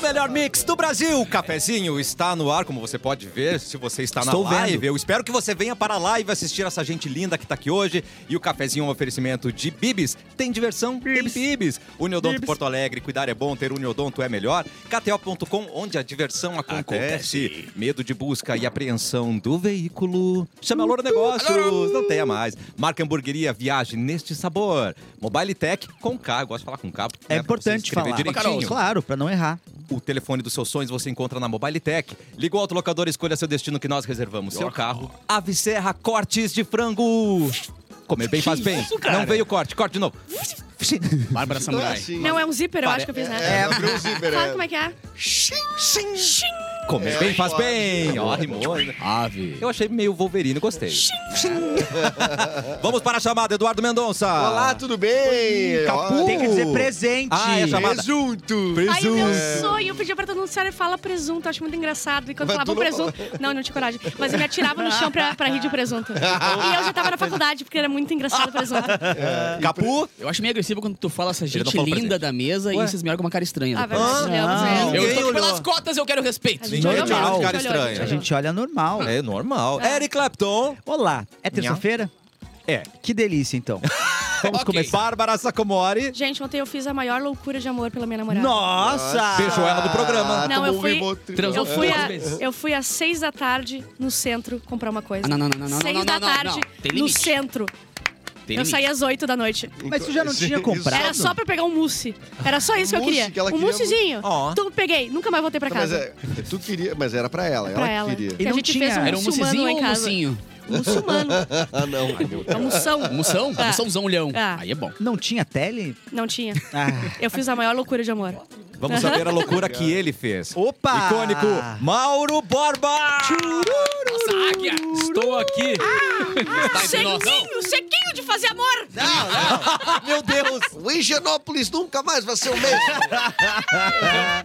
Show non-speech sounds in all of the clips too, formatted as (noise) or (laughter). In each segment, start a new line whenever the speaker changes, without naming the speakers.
melhor mix do Brasil. O cafezinho está no ar, como você pode ver, se você está na
Estou
live.
vendo.
Eu espero que você venha para a live assistir essa gente linda que está aqui hoje. E o cafezinho é um oferecimento de Bibis. Tem diversão? Tem Bibis. Uniodonto Porto Alegre, cuidar é bom, ter Uniodonto é melhor. KTO.com, onde a diversão acontece. Medo de busca e apreensão do veículo. Chama a Loura Negócios, não tenha mais. Marca Hamburgueria, viagem neste sabor. Mobile Tech com K, eu gosto de falar com K.
É
né, pra você
importante
escrever
falar.
Direitinho.
Claro, pra não errar.
O telefone dos seus sonhos você encontra na Mobile Tech. Liga o autolocador e escolha seu destino que nós reservamos. Seu carro. Ave Serra Cortes de Frango. Comer bem faz bem. Não veio corte. Corte de novo.
Bárbara
(laughs)
Samurai.
Não, é um zíper, eu acho que eu fiz, né?
É, abriu o zíper,
Fala
é.
como é que é.
Comer
É,
bem faz
claro.
bem. Ó, rimou. né?
Ave.
Eu achei meio Wolverine, gostei. (laughs) Vamos para a chamada, Eduardo Mendonça.
Olá, tudo bem?
Capu.
Tem que dizer presente.
Ah, é
Olha,
chamada.
Presunto.
Ai, o meu É um
É.
sonho, eu pedia pra pronunciar e fala presunto, eu acho muito engraçado. E quando
Mas
falava
tu não-
presunto. Não, não tinha coragem. Mas eu me atirava no chão pra, pra rir de presunto. E eu já tava na faculdade, porque era muito engraçado o presunto.
(laughs)
Capu.
Eu acho meio agressivo quando tu fala essa
não
gente
falou
linda
presente.
da mesa
Ué.
e vocês me olham com uma cara estranha.
Ah,
depois.
verdade,
não.
Leandro.
eu
ninguém
estou aqui
olhou.
pelas cotas, eu quero respeito.
A gente olhou mesmo.
Normal.
a
é um
gente
Cara
olhou, a gente
estranha.
né?
A
olhou.
gente olha normal.
É normal. Eric Clapton.
Olá, é terça-feira?
É.
Que delícia, então. Vamos
Ok.
começar.
Bárbara Sacomori.
Gente, ontem eu fiz a maior loucura de amor pela minha namorada.
Nossa!
Fechou ela do programa.
Ah,
Não,
tomou
eu
um
fui-
Rivotril.
Transou
Eu fui,
duas
a,
vezes.
eu fui às seis da tarde no centro comprar uma coisa.
Ah, não, não, não, não, não,
Seis
não,
da
não, não,
tarde
não. Tem
no
limite.
centro.
Tem
eu
limite.
saí às oito da noite.
Mas tu já não
Isso-
tinha
isso-
comprado?
Era só pra pegar um mousse. Era só isso que eu
Mousse
queria.
que ela
um
queria
moussezinho.
Ó.
Então eu peguei. Nunca mais voltei pra
Tá, mas,
casa.
é, tu queria, mas era pra ela,
pra
ela,
ela.
que queria.
Que
E
a
não
gente
tinha-
fez um
Era um
muçulmano
mocezinho
lá em
ou um
casa.
mocinho?
Muçulmano.
(laughs) Ah, não.
É um mução.
Tá
Moção?
Ah.
Moçãozão olhão.
Ah.
Aí é bom.
Não tinha tele?
Não tinha.
Ah.
Eu fiz a maior loucura de amor.
Vamos saber a loucura
é.
que ele fez.
Opa!
Icônico Mauro Borba!
Nossa, águia!
Estou aqui.
Tá entre nós.
Ah, Sequinho, sequinho de fazer amor.
Ah, Meu Deus! O Higienópolis nunca mais vai ser o mesmo.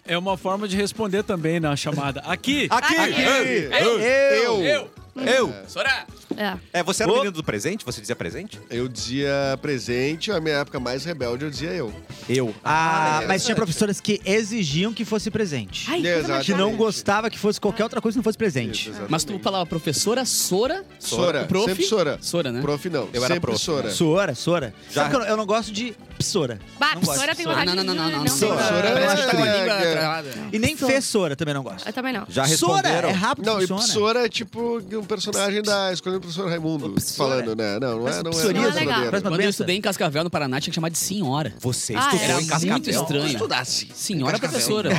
É uma forma de responder também na chamada. Aqui.
Aqui!
Aqui.
Ei,
Eu! Eu!
Eu.
Eu!
Sorá.
É.
É, você era o menino do presente? Você dizia presente?
Eu dizia presente, a minha época mais rebelde, eu dizia eu.
Eu.
Ah,
Ah,
mas tinha
interessante.
professoras que exigiam que fosse presente.
Ai, coisa mais
Exato.
Que
chata.
não gostava que fosse qualquer outra coisa que não fosse presente.
Isso,
Mas tu
exatamente.
falava professora, Sora.
Sora,
prof.
sempre Sora.
Sora, né?
Prof não,
Eu era
sempre
prof. né?
Sora.
Suora, suora.
Já-
Sabe que eu não- eu não gosto de psora.
Bah,
Não gosto.
Sora tem um
Sora.
uma
Não, não, não, não, não.
tem-
Sora.
Sora
Parece que tá com a
é-
língua
é-
travada.
E nem
Sora.
fessora também não gosto.
Eu também não.
Já
Sora
responderam?
é rápido
Não,
que
e
funciona.
Psora é tipo um personagem da escolha do professor Raimundo
Psora.
falando, né? Não, não é, não é. não
psoríase,
é verdadeiro.
parece uma
Quando eu
doença.
estudei em Cascavel, no Paraná, tinha que chamar de senhora.
Você
Ah,
estudou
era
um
em
muito
Cascavel?
muito estranho. estudasse. Senhora professora.
Senhora.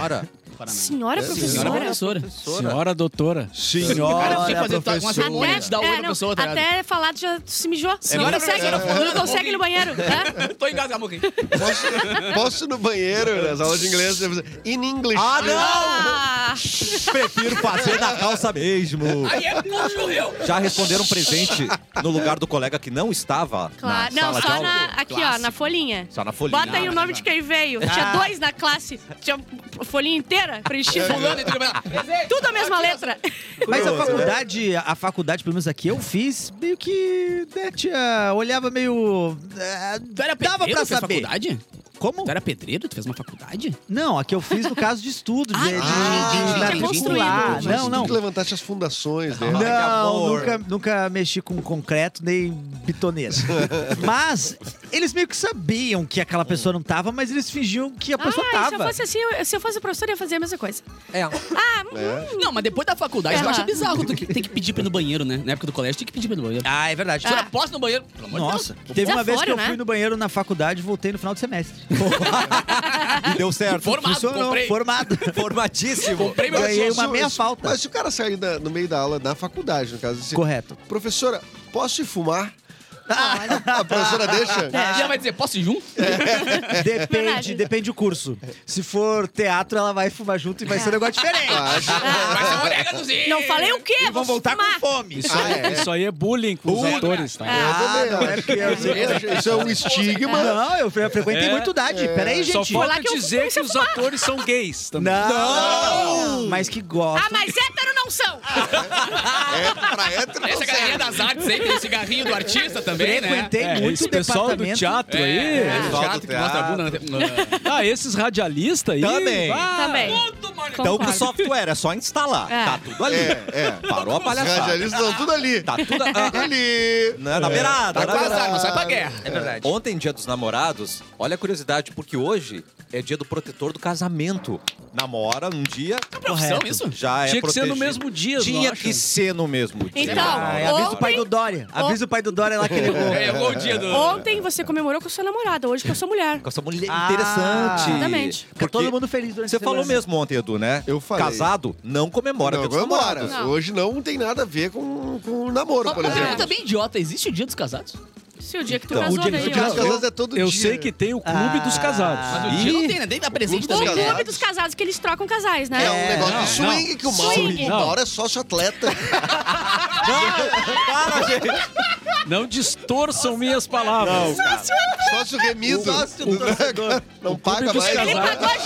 Paraná.
É. Senhora
Senhora
professora.
professora.
Senhora doutora.
Cara,
Senhora
eu tinha que fazer uma
professora.
cerimônia antes de dar oi pra
é, não,
pessoa, tá ligado?
até falar, tu já se mijou. Tu não
Senhora
consegue,
professora.
tu não consegue ir no banheiro. né?
Tô engasgado, morri.
Posso, posso ir no banheiro, nas aulas de inglês, você precisa- in English.
Ah, não!
Ah,
Prefiro fazer na calça mesmo.
Aí é puxo, eu.
Já responderam presente no lugar do colega que não estava
Ah. claro.
na
Não,
sala de
só
aula?
na, aqui, ó, na folhinha.
Só na folhinha.
Bota aí o nome de quem veio. Tinha dois na classe. Tinha folhinha inteira preenchida.
Fulano, entrou pra-
Tudo a mesma letra.
Mas
Curioso,
a
né?
faculdade, a faculdade, pelo menos aqui, eu fiz meio que. Né, tia, olhava meio. eh,
Tu era pedreiro?
dava pra
tu fez
saber.
faculdade?
Como?
Tu era pedreiro? Tu fez uma faculdade?
Não, aqui eu fiz no caso de estudo, de,
Ah,
de, de,
entendi,
na
entendi.
vestibular.
Mas
Não,
tu
não.
que levantaste as fundações, né?
Ai, que
Não,
amor.
nunca, nunca mexi com concreto nem
(laughs)
bitoneira. mas eles meio que sabiam que aquela pessoa não tava, mas eles fingiam que a pessoa
Ah, se eu
tava.
fosse assim, eu- se eu fosse professora, eu ia fazer a mesma coisa. Ah, hum.
É.
Não, mas depois da faculdade, tu
Aham.
acha bizarro. Tu que- tem que pedir pra ir no banheiro, né? Na época do colégio, tinha que pedir pra ir no banheiro.
Ah, é verdade.
Senhora, posso ir no banheiro? Pelo amor de
Nossa,
Deus.
teve
Desaforo,
uma vez que eu
né?
fui no banheiro na faculdade e voltei no final de semestre.
E deu
(laughs)
certo.
Formado,
Funcionou,
comprei.
formado.
Formadíssimo.
Comprei meu
Ganhei
curso.
uma meia falta.
Mas se o cara sair da- no meio da aula, na faculdade, no caso, assim,
Correto. Ah,
professora, posso ir fumar? Ah, A professora
É.
deixa?
É.
E ela vai dizer, posso ir junto?
Depende,
Verdade.
depende do curso. Se for teatro, ela vai fumar junto e vai ser um negócio diferente.
é
Vai
Ah.
ser oréganozinho.
Não falei o quê?
E vão
Vou
voltar
fumar.
com fome.
Isso, aí,
Ah, é.
isso aí é bullying com os
Bullying.
atores, tá?
Ah,
também
não, é
acho.
porque eu sei que-
Isso- Isso é um estigma.
Não, eu fre- frequentei
É.
muito idade. Peraí,
Só
gente.
Foi lá
falta
que eu
dizer que
comecei a
os
fumar.
atores são gays também.
Não, não, não. Mas que gosta.
Ah, mas hétero não são. Ah,
É, pra hétero não
Essa galerinha
serve.
das artes aí, tem o cigarrinho do artista também, né?
Frequentei
É,
muito
esse pessoal do
departamento.
teatro aí.
É,
Pessoal do
né? teatro que mostra a bunda. na-
Ah, esses radialistas aí.
Também.
ah,
Também.
Então, pro
Concordo.
software, é só instalar.
É.
Tá tudo ali.
É, é.
Parou a
Os
palhaçada.
radialistas estão tudo ali.
Tá tudo ah,
Tudo ali. É.
né, na beirada.
Tá
na
quase,
beirada.
não sai pra guerra. É verdade.
Ontem, dia dos namorados, olha a curiosidade, porque hoje é dia do protetor do casamento. Namora um dia,
Profissão,
Correto.
isso?
já é
Tinha que ser no
protegido.
mesmo dia,
Tinha
não acham?
que ser no mesmo dia.
Então,
Ah, é, avisa o pai
ontem-
do Dória. Avisa o pai do Dória lá que ele errou.
É, o bom dia do...
Ontem você comemorou com a sua namorada, hoje com a sua mulher.
Com essa mulher
Ah,
interessante.
exatamente.
Fica todo mundo feliz durante
Você
a
falou
semana.
mesmo ontem, Edu, né?
Eu falei.
Casado não comemora
Não,
dia dos
agora bora.
namorados.
Não.
Hoje não tem nada a ver com, com namoro, por
Uma
exemplo.
pergunta bem idiota. Existe o dia dos casados?
Se o dia que tu
Então,
casou,
o dia que
né?
tu
Dia dos
ó.
casados é todo
Eu
dia.
sei que tem o clube
Ah.
dos casados.
Mas o dia não tem, né? Nem dá presente
Clube
O
dos
também. né?
clube dos casados que eles trocam casais, né?
É um negócio de
Não,
swing que o Mauro,
Swing.
o Mauro é
(laughs)
sócio-atleta.
Para, gente.
Não distorçam
é
minhas palavras.
Sócio-remido. Não paga
clube dos
mais.
Ele
casados.
pagou a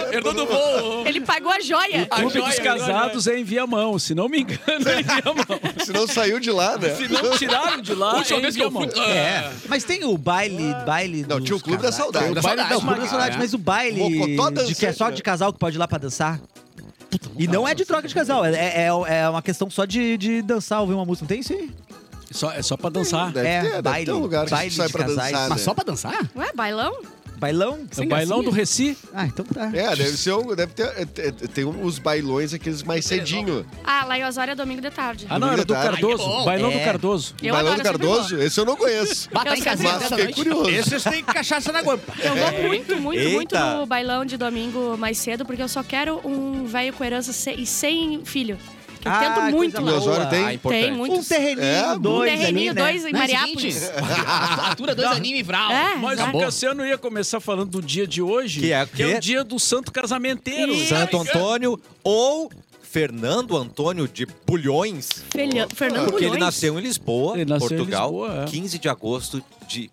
joia!
Herdou do bom.
Ele pagou a joia!
O clube
joia,
dos
a
casados é em Viamão, se não me engano, é em Viamão.
né? (laughs) Se não saiu de lá, né?
Se não tiraram
(laughs)
de lá,
Última
é em
vez que eu
Viamão.
fui...
ah,
É.
Mas tem o baile, baile
Não,
dos
tinha o Clube da
casais.
Saudade.
O
da
baile,
Saudade, né?
não, o Clube da
mas-
Saudade, mas o baile
Mocotó
de que é só
dançante,
de casal que pode ir lá pra dançar. E não é de troca
assim.
de casal, é, é, é uma questão só de, de dançar, ouvir uma música. Não tem isso aí?
Só, é só pra dançar.
Deve
é,
ter, deve
baile,
ter um lugar que
baile
sai
de
pra
casais.
dançar,
Mas
né?
só pra dançar?
Ué, bailão?
Bailão?
É o
Sem
bailão do
gracinha?
Recife.
Ah, então tá.
É, deve ser um, deve ter, é, é, tem uns bailões aqueles mais cedinho.
Ah, lá em Osório é domingo de tarde.
Ah, não, era do
Ai,
que bom.
Cardoso. Bailão do
É.
Cardoso.
Eu
Bailão
adoro,
do
eu sempre
Cardoso? Esse eu não conheço.
Bata em
Eu
casinha
Mas
sempre
dessa
fiquei
noite.
curioso.
Esses têm cachaça na guampa.
Eu vou muito, muito, muito
Eita.
no bailão de domingo mais cedo, porque eu só quero um velho com herança se- e sem filho. Que eu
Ah,
tento
coisa
muito
Meu
lá.
boa.
Ah,
Osório
É
tem.
Tem
Um
muitos.
terreninho,
É, um
Um
dois
terreninho,
ali, né?
dois em
Não, é o
Mariápolis.
seguinte, a Atura dois anime e Vral.
É,
Mas
exato.
o Cassiano ia começar falando do dia de hoje,
Que é o quê?
o dia do santo casamenteiro.
Santo Antônio ou Fernando Antônio de Bulhões.
é
Felha- Fernando
Porque ele
Bulhões.
nasceu em Lisboa,
Ele nasceu em
Portugal,
Lisboa, é.
15 de agosto de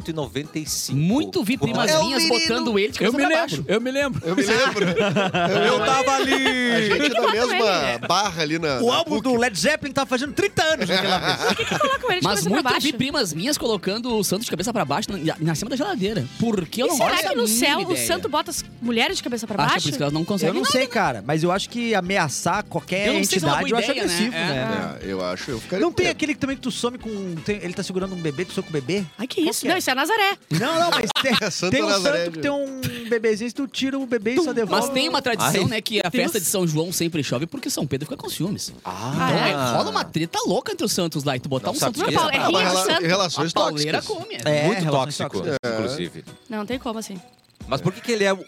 1195.
Muito vi
É o
primas minhas
um menino.
botando ele de
Eu
cabeça
me
pra
lembro,
baixo.
eu
(laughs)
me lembro.
É,
Eu me lembro.
Eu
Eu,
tava
a
ali!
gente na mesma barra ali na.
O
na
álbum
PUC.
do Led Zeppelin tá fazendo 30 anos naquela vez.
Por que, que coloca ele de
Mas
cabeça pra
muito
baixo?
vi primas minhas colocando o santo de cabeça pra baixo na, na cima da geladeira. Por que eu
E
não
será
faço
que
a
no
mínima
céu o
ideia?
santo bota as mulheres de cabeça pra
Acho que
baixo?
É por isso que elas não
Eu
conseguem.
não sei, cara, mas eu acho que ameaçar qualquer
Eu não sei se é uma
entidade eu
boa
acho
ideia, né?
agressivo,
É.
né?
É, eu acho, eu ficaria.
Não tem
com
aquele que também que tu some com. tem- ele tá segurando um bebê, tu some com o bebê?
Ai, que
Qual
isso?
que é?
Não, isso é Nazaré.
Não, não, mas
(laughs)
tem,
Santo
tem um
Nazaré,
santo que
viu?
tem um bebezinho, tu tira o bebê e só devolve.
Mas tem uma tradição,
Ai,
né, que a festa de São João sempre chove porque São Pedro fica com ciúmes.
Ah,
Então, é, rola uma treta louca entre os santos lá e tu botar
Não
um santo de
sabia.
cabeça
Não,
pra
medo.
Rio
Mas
de
rela-
Santo.
Relações
baixo. A pauleira
tóxicas.
come.
É,
muito
relações
tóxico,
tóxicas.
inclusive.
É.
Não tem como assim.
Mas por que, que ele é o,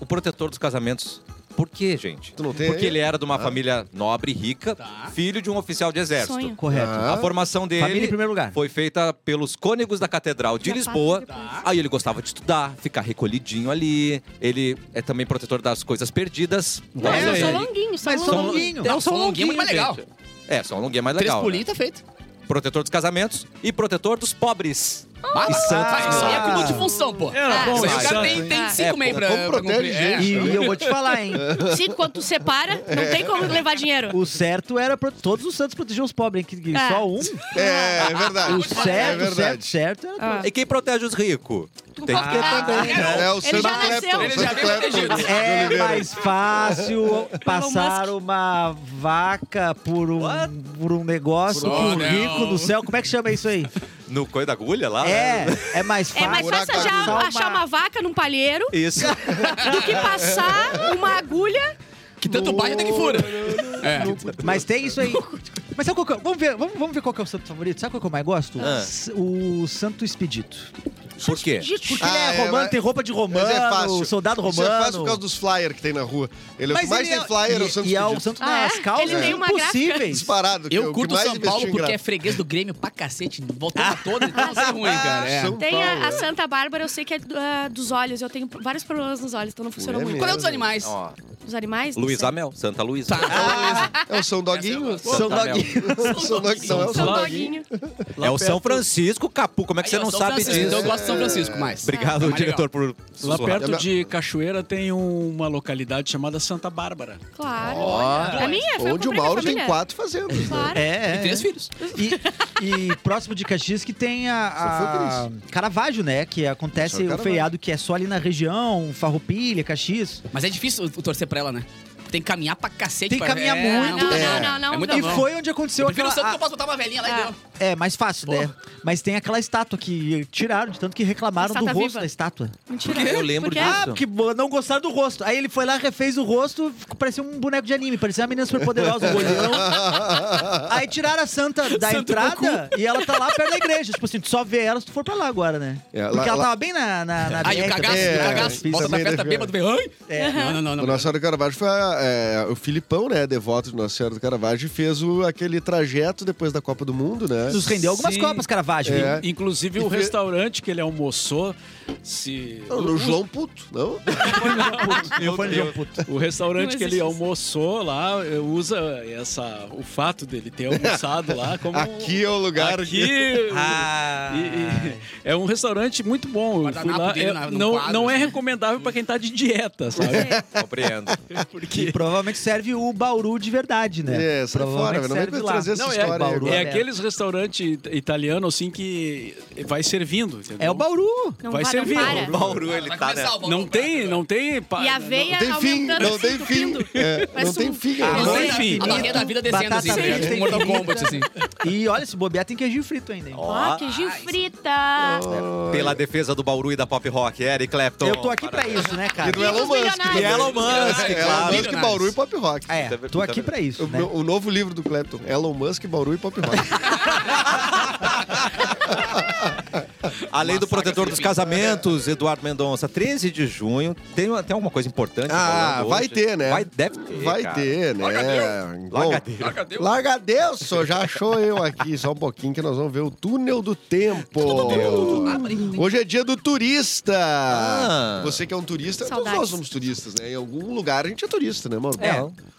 o protetor dos casamentos? Por quê, gente?
Tu não tem
Porque
aí?
ele era
Ah.
de uma família nobre, rica,
Tá.
filho de um oficial de exército.
Sonho.
Correto. Ah.
A formação dele
Família em primeiro lugar.
foi feita pelos cônegos da Catedral de
Já
Lisboa.
passa
Tá.
depois.
Aí ele gostava de estudar, ficar recolhidinho ali. Ele é também protetor das coisas perdidas.
Não,
Olha
eu sou
aí.
longuinho, sou
Mas são
longuinho.
longuinho.
Não, só um longuinho é muito mais legal.
É, só um longuinho é mais
Três
legal.
pulinhos
né?
tá feito.
Protetor dos casamentos e protetor dos pobres.
Ah,
e santos.
Mas isso aí é
Ah.
acúmulo de função, pô.
Era bom,
Isso aí
esse
o cara
santo,
tem,
hein?
tem
É,
cinco meio pra,
como
pra
protege
cumprir. É.
gente.
E, e eu vou te falar, hein?
Sim, quando tu separa, não
É.
tem como levar dinheiro.
O certo era pro- todos os santos protegiam os pobres, hein? Que, que
É.
só um.
É, é verdade.
O
é
certo, o certo,
verdade.
certo era.
Ah.
E quem protege os ricos? Tem que ter
Ah,
também. né?
É o
Ele
Santo
já nasceu.
Clapton.
Ele
já
Santo
veio protegido.
Clapton.
É
(laughs)
mais fácil passar
Musk.
uma vaca por um, por um negócio
Por um
que o
anel.
rico do céu. Como é que chama isso aí?
No coi da agulha
Ah,
lá?
É,
né?
é mais fácil.
É mais fácil
Buraco
já
agulha.
achar uma vaca num palheiro
Isso.
(laughs) do que passar uma agulha.
Que tanto bate até que fura. É.
Mas tem isso aí. Mas sabe qual que é? Vamos ver, vamos, vamos ver qual que é o santo favorito. Sabe qual que eu mais gosto?
Ah.
S- O Santo Expedito.
Por quê?
Dito.
Porque ele
Ah,
é
é,
romano,
mas-
tem roupa de romano,
Mas é fácil.
soldado romano.
Isso é fácil por causa dos flyers que tem na rua. Ele é o que
Mas
mais
ele
tem flyer, é o Santos
E, e é o
Pedido.
santo
Ah,
nas
é?
causas
Ele tem uma
impossíveis.
disparado. que é o
Eu
que
curto
mais
São Paulo
investiu em
porque é
graça.
freguês do Grêmio pra cacete. Voltando toda, então não sei ruim, cara. É.
São
Tem
Paulo,
a, a
é.
Santa Bárbara, eu sei que é do- ah, dos olhos. Eu tenho vários problemas nos olhos, então não funciona
É
muito.
Qual é o dos animais?
Ó,
Dos animais? não
Luísa
sei.
Mel, Santa Luísa.
Tá.
É o São Doguinho.
Essa é boa.
(laughs) São
Santa Mel.
doguinhos.
São Doguinho. São
São
Paulo.
doguinho.
É o São Francisco, Capu. Como é que
Aí,
você
ó,
não
São
sabe
Francisco, Então eu
disso?
gosto de São Francisco mais.
É,
Obrigado,
Tá mais
diretor, por
Lá
sussurrar.
perto de Cachoeira tem uma localidade chamada Santa Bárbara.
Claro.
Ó.
Pra mim é, foi eu
Onde o
comprei pra
Mauro tem
família.
quatro fazendas. né?
Claro.
É,
legal.
é.
Tem três filhos.
E, e próximo de Caxias que tem a, a
Só
Caravaggio, né? Que
Só o
acontece o
Caravaggio.
feriado que é só ali na região, Farroupilha, Caxias.
Mas é difícil torcer pra ela, né? Tem que caminhar pra cacete.
Tem que
pra-
caminhar
É,
muito.
Não, não,
é.
não, não,
É muita
não.
E
mão.
foi onde aconteceu
Eu prefiro
aquela...
o santo que eu
a-
posso botar uma velhinha lá e deu.
Ah, É, mais fácil, né? Mas tem aquela estátua que tiraram, de tanto que reclamaram
A
do
estátua
rosto
viva.
da estátua.
Mentira.
Eu lembro
Porque
disso.
Ah, porque bo- não gostaram do rosto. Aí ele foi lá, refez o rosto, ficou- parecia um boneco de anime, parecia uma menina super poderosa,
(laughs)
um olhão. Aí tiraram a santa da entrada e ela tá lá perto da igreja. Tipo assim, tu só vê ela se tu for pra lá agora, né?
É, lá-
porque ela
lá-
tava bem na. na, né? na
Aí o
BR,
cagaço,
É,
o cagaço.
fiz
Volta pra
também,
festa
né,
bêbado, vem. Ai! Não, não, não.
O
não.
Nossa Senhora do Caravaggio foi a- é, o Filipão, né? Devoto de Nossa Senhora do Caravaggio, fez o- aquele trajeto depois da Copa do Mundo, né?
Nos rendeu algumas
Sim.
copas, Caravaggio.
É.
É. Inclusive o restaurante que ele almoçou, se
Não, no João Puto,
(laughs)
não?
Meu Deus.
o restaurante
Não
que ele
existe isso.
almoçou lá eh, usa essa o fato dele ter almoçado lá como
(laughs) Aqui é o lugar.
aqui (laughs) o-
Ah.
e- e- é um restaurante muito bom. Eu fui
Guardanapo
lá,
dele
é-
na- no
não,
quadro,
não é
assim.
recomendável pra quem tá de dieta, sabe?
Compreendo.
Que
Porque
provavelmente serve o Bauru de verdade, né?
É, sai
Provavelmente
fora, velho. Não vem
serve
pra
lá.
trazer essa
Não, é-
história. aí
Bauru.
agora.
é
aberto.
aqueles restaurantes italianos assim que vai servindo. entendeu?
É o Bauru.
Não
Vai
vai,
servir.
Não para.
O Bauru, ele
Vai
tá, né?
começar o Volta
Não
pra Festa
tem,
agora.
não tem. pa-
E a
não-
veia
Não tem fim,
aumentando,
não
se
tem fim.
entupindo.
É,
Parece
não tem
um-
fim.
Ah,
cara.
não
tem
A
fim.
barreira da vida descendo,
Batata
assim.
frita,
né?
tem
Um Mortal
frita.
Kombat, assim.
E olha, se bobear tem queijinho frito ainda, hein?
Ó, queijinho frita.
Pela defesa do Bauru e da pop rock, Eric Clapton.
Eu tô aqui pra isso, né, cara?
E do é Elon
dos
Musk.
milionários.
também.
E Elon
Musk,
É,
claro.
Elon Musk, Bauru e Pop Rock.
É, tô aqui pra isso,
O,
né?
meu- o novo livro do Clapton, Elon Musk, Bauru e Pop
(laughs)
Rock.
Além do protetor dos casamentos, Eduardo Mendonça, 13 de junho. Tem até alguma coisa importante.
Ah,
rolando
vai
hoje.
ter, né?
Vai, deve ter.
Vai
cara.
ter, né? Bom, (laughs)
Larga Deus.
Larga Deus.
Larga Deus, senhor. Já achou eu aqui. Só um pouquinho que nós vamos ver o túnel do tempo.
Ah,
Hoje é dia do turista.
Ah.
Você que é um turista, todos
Saudades.
nós somos turistas, né? Em algum lugar a gente é turista, né, mano?
É.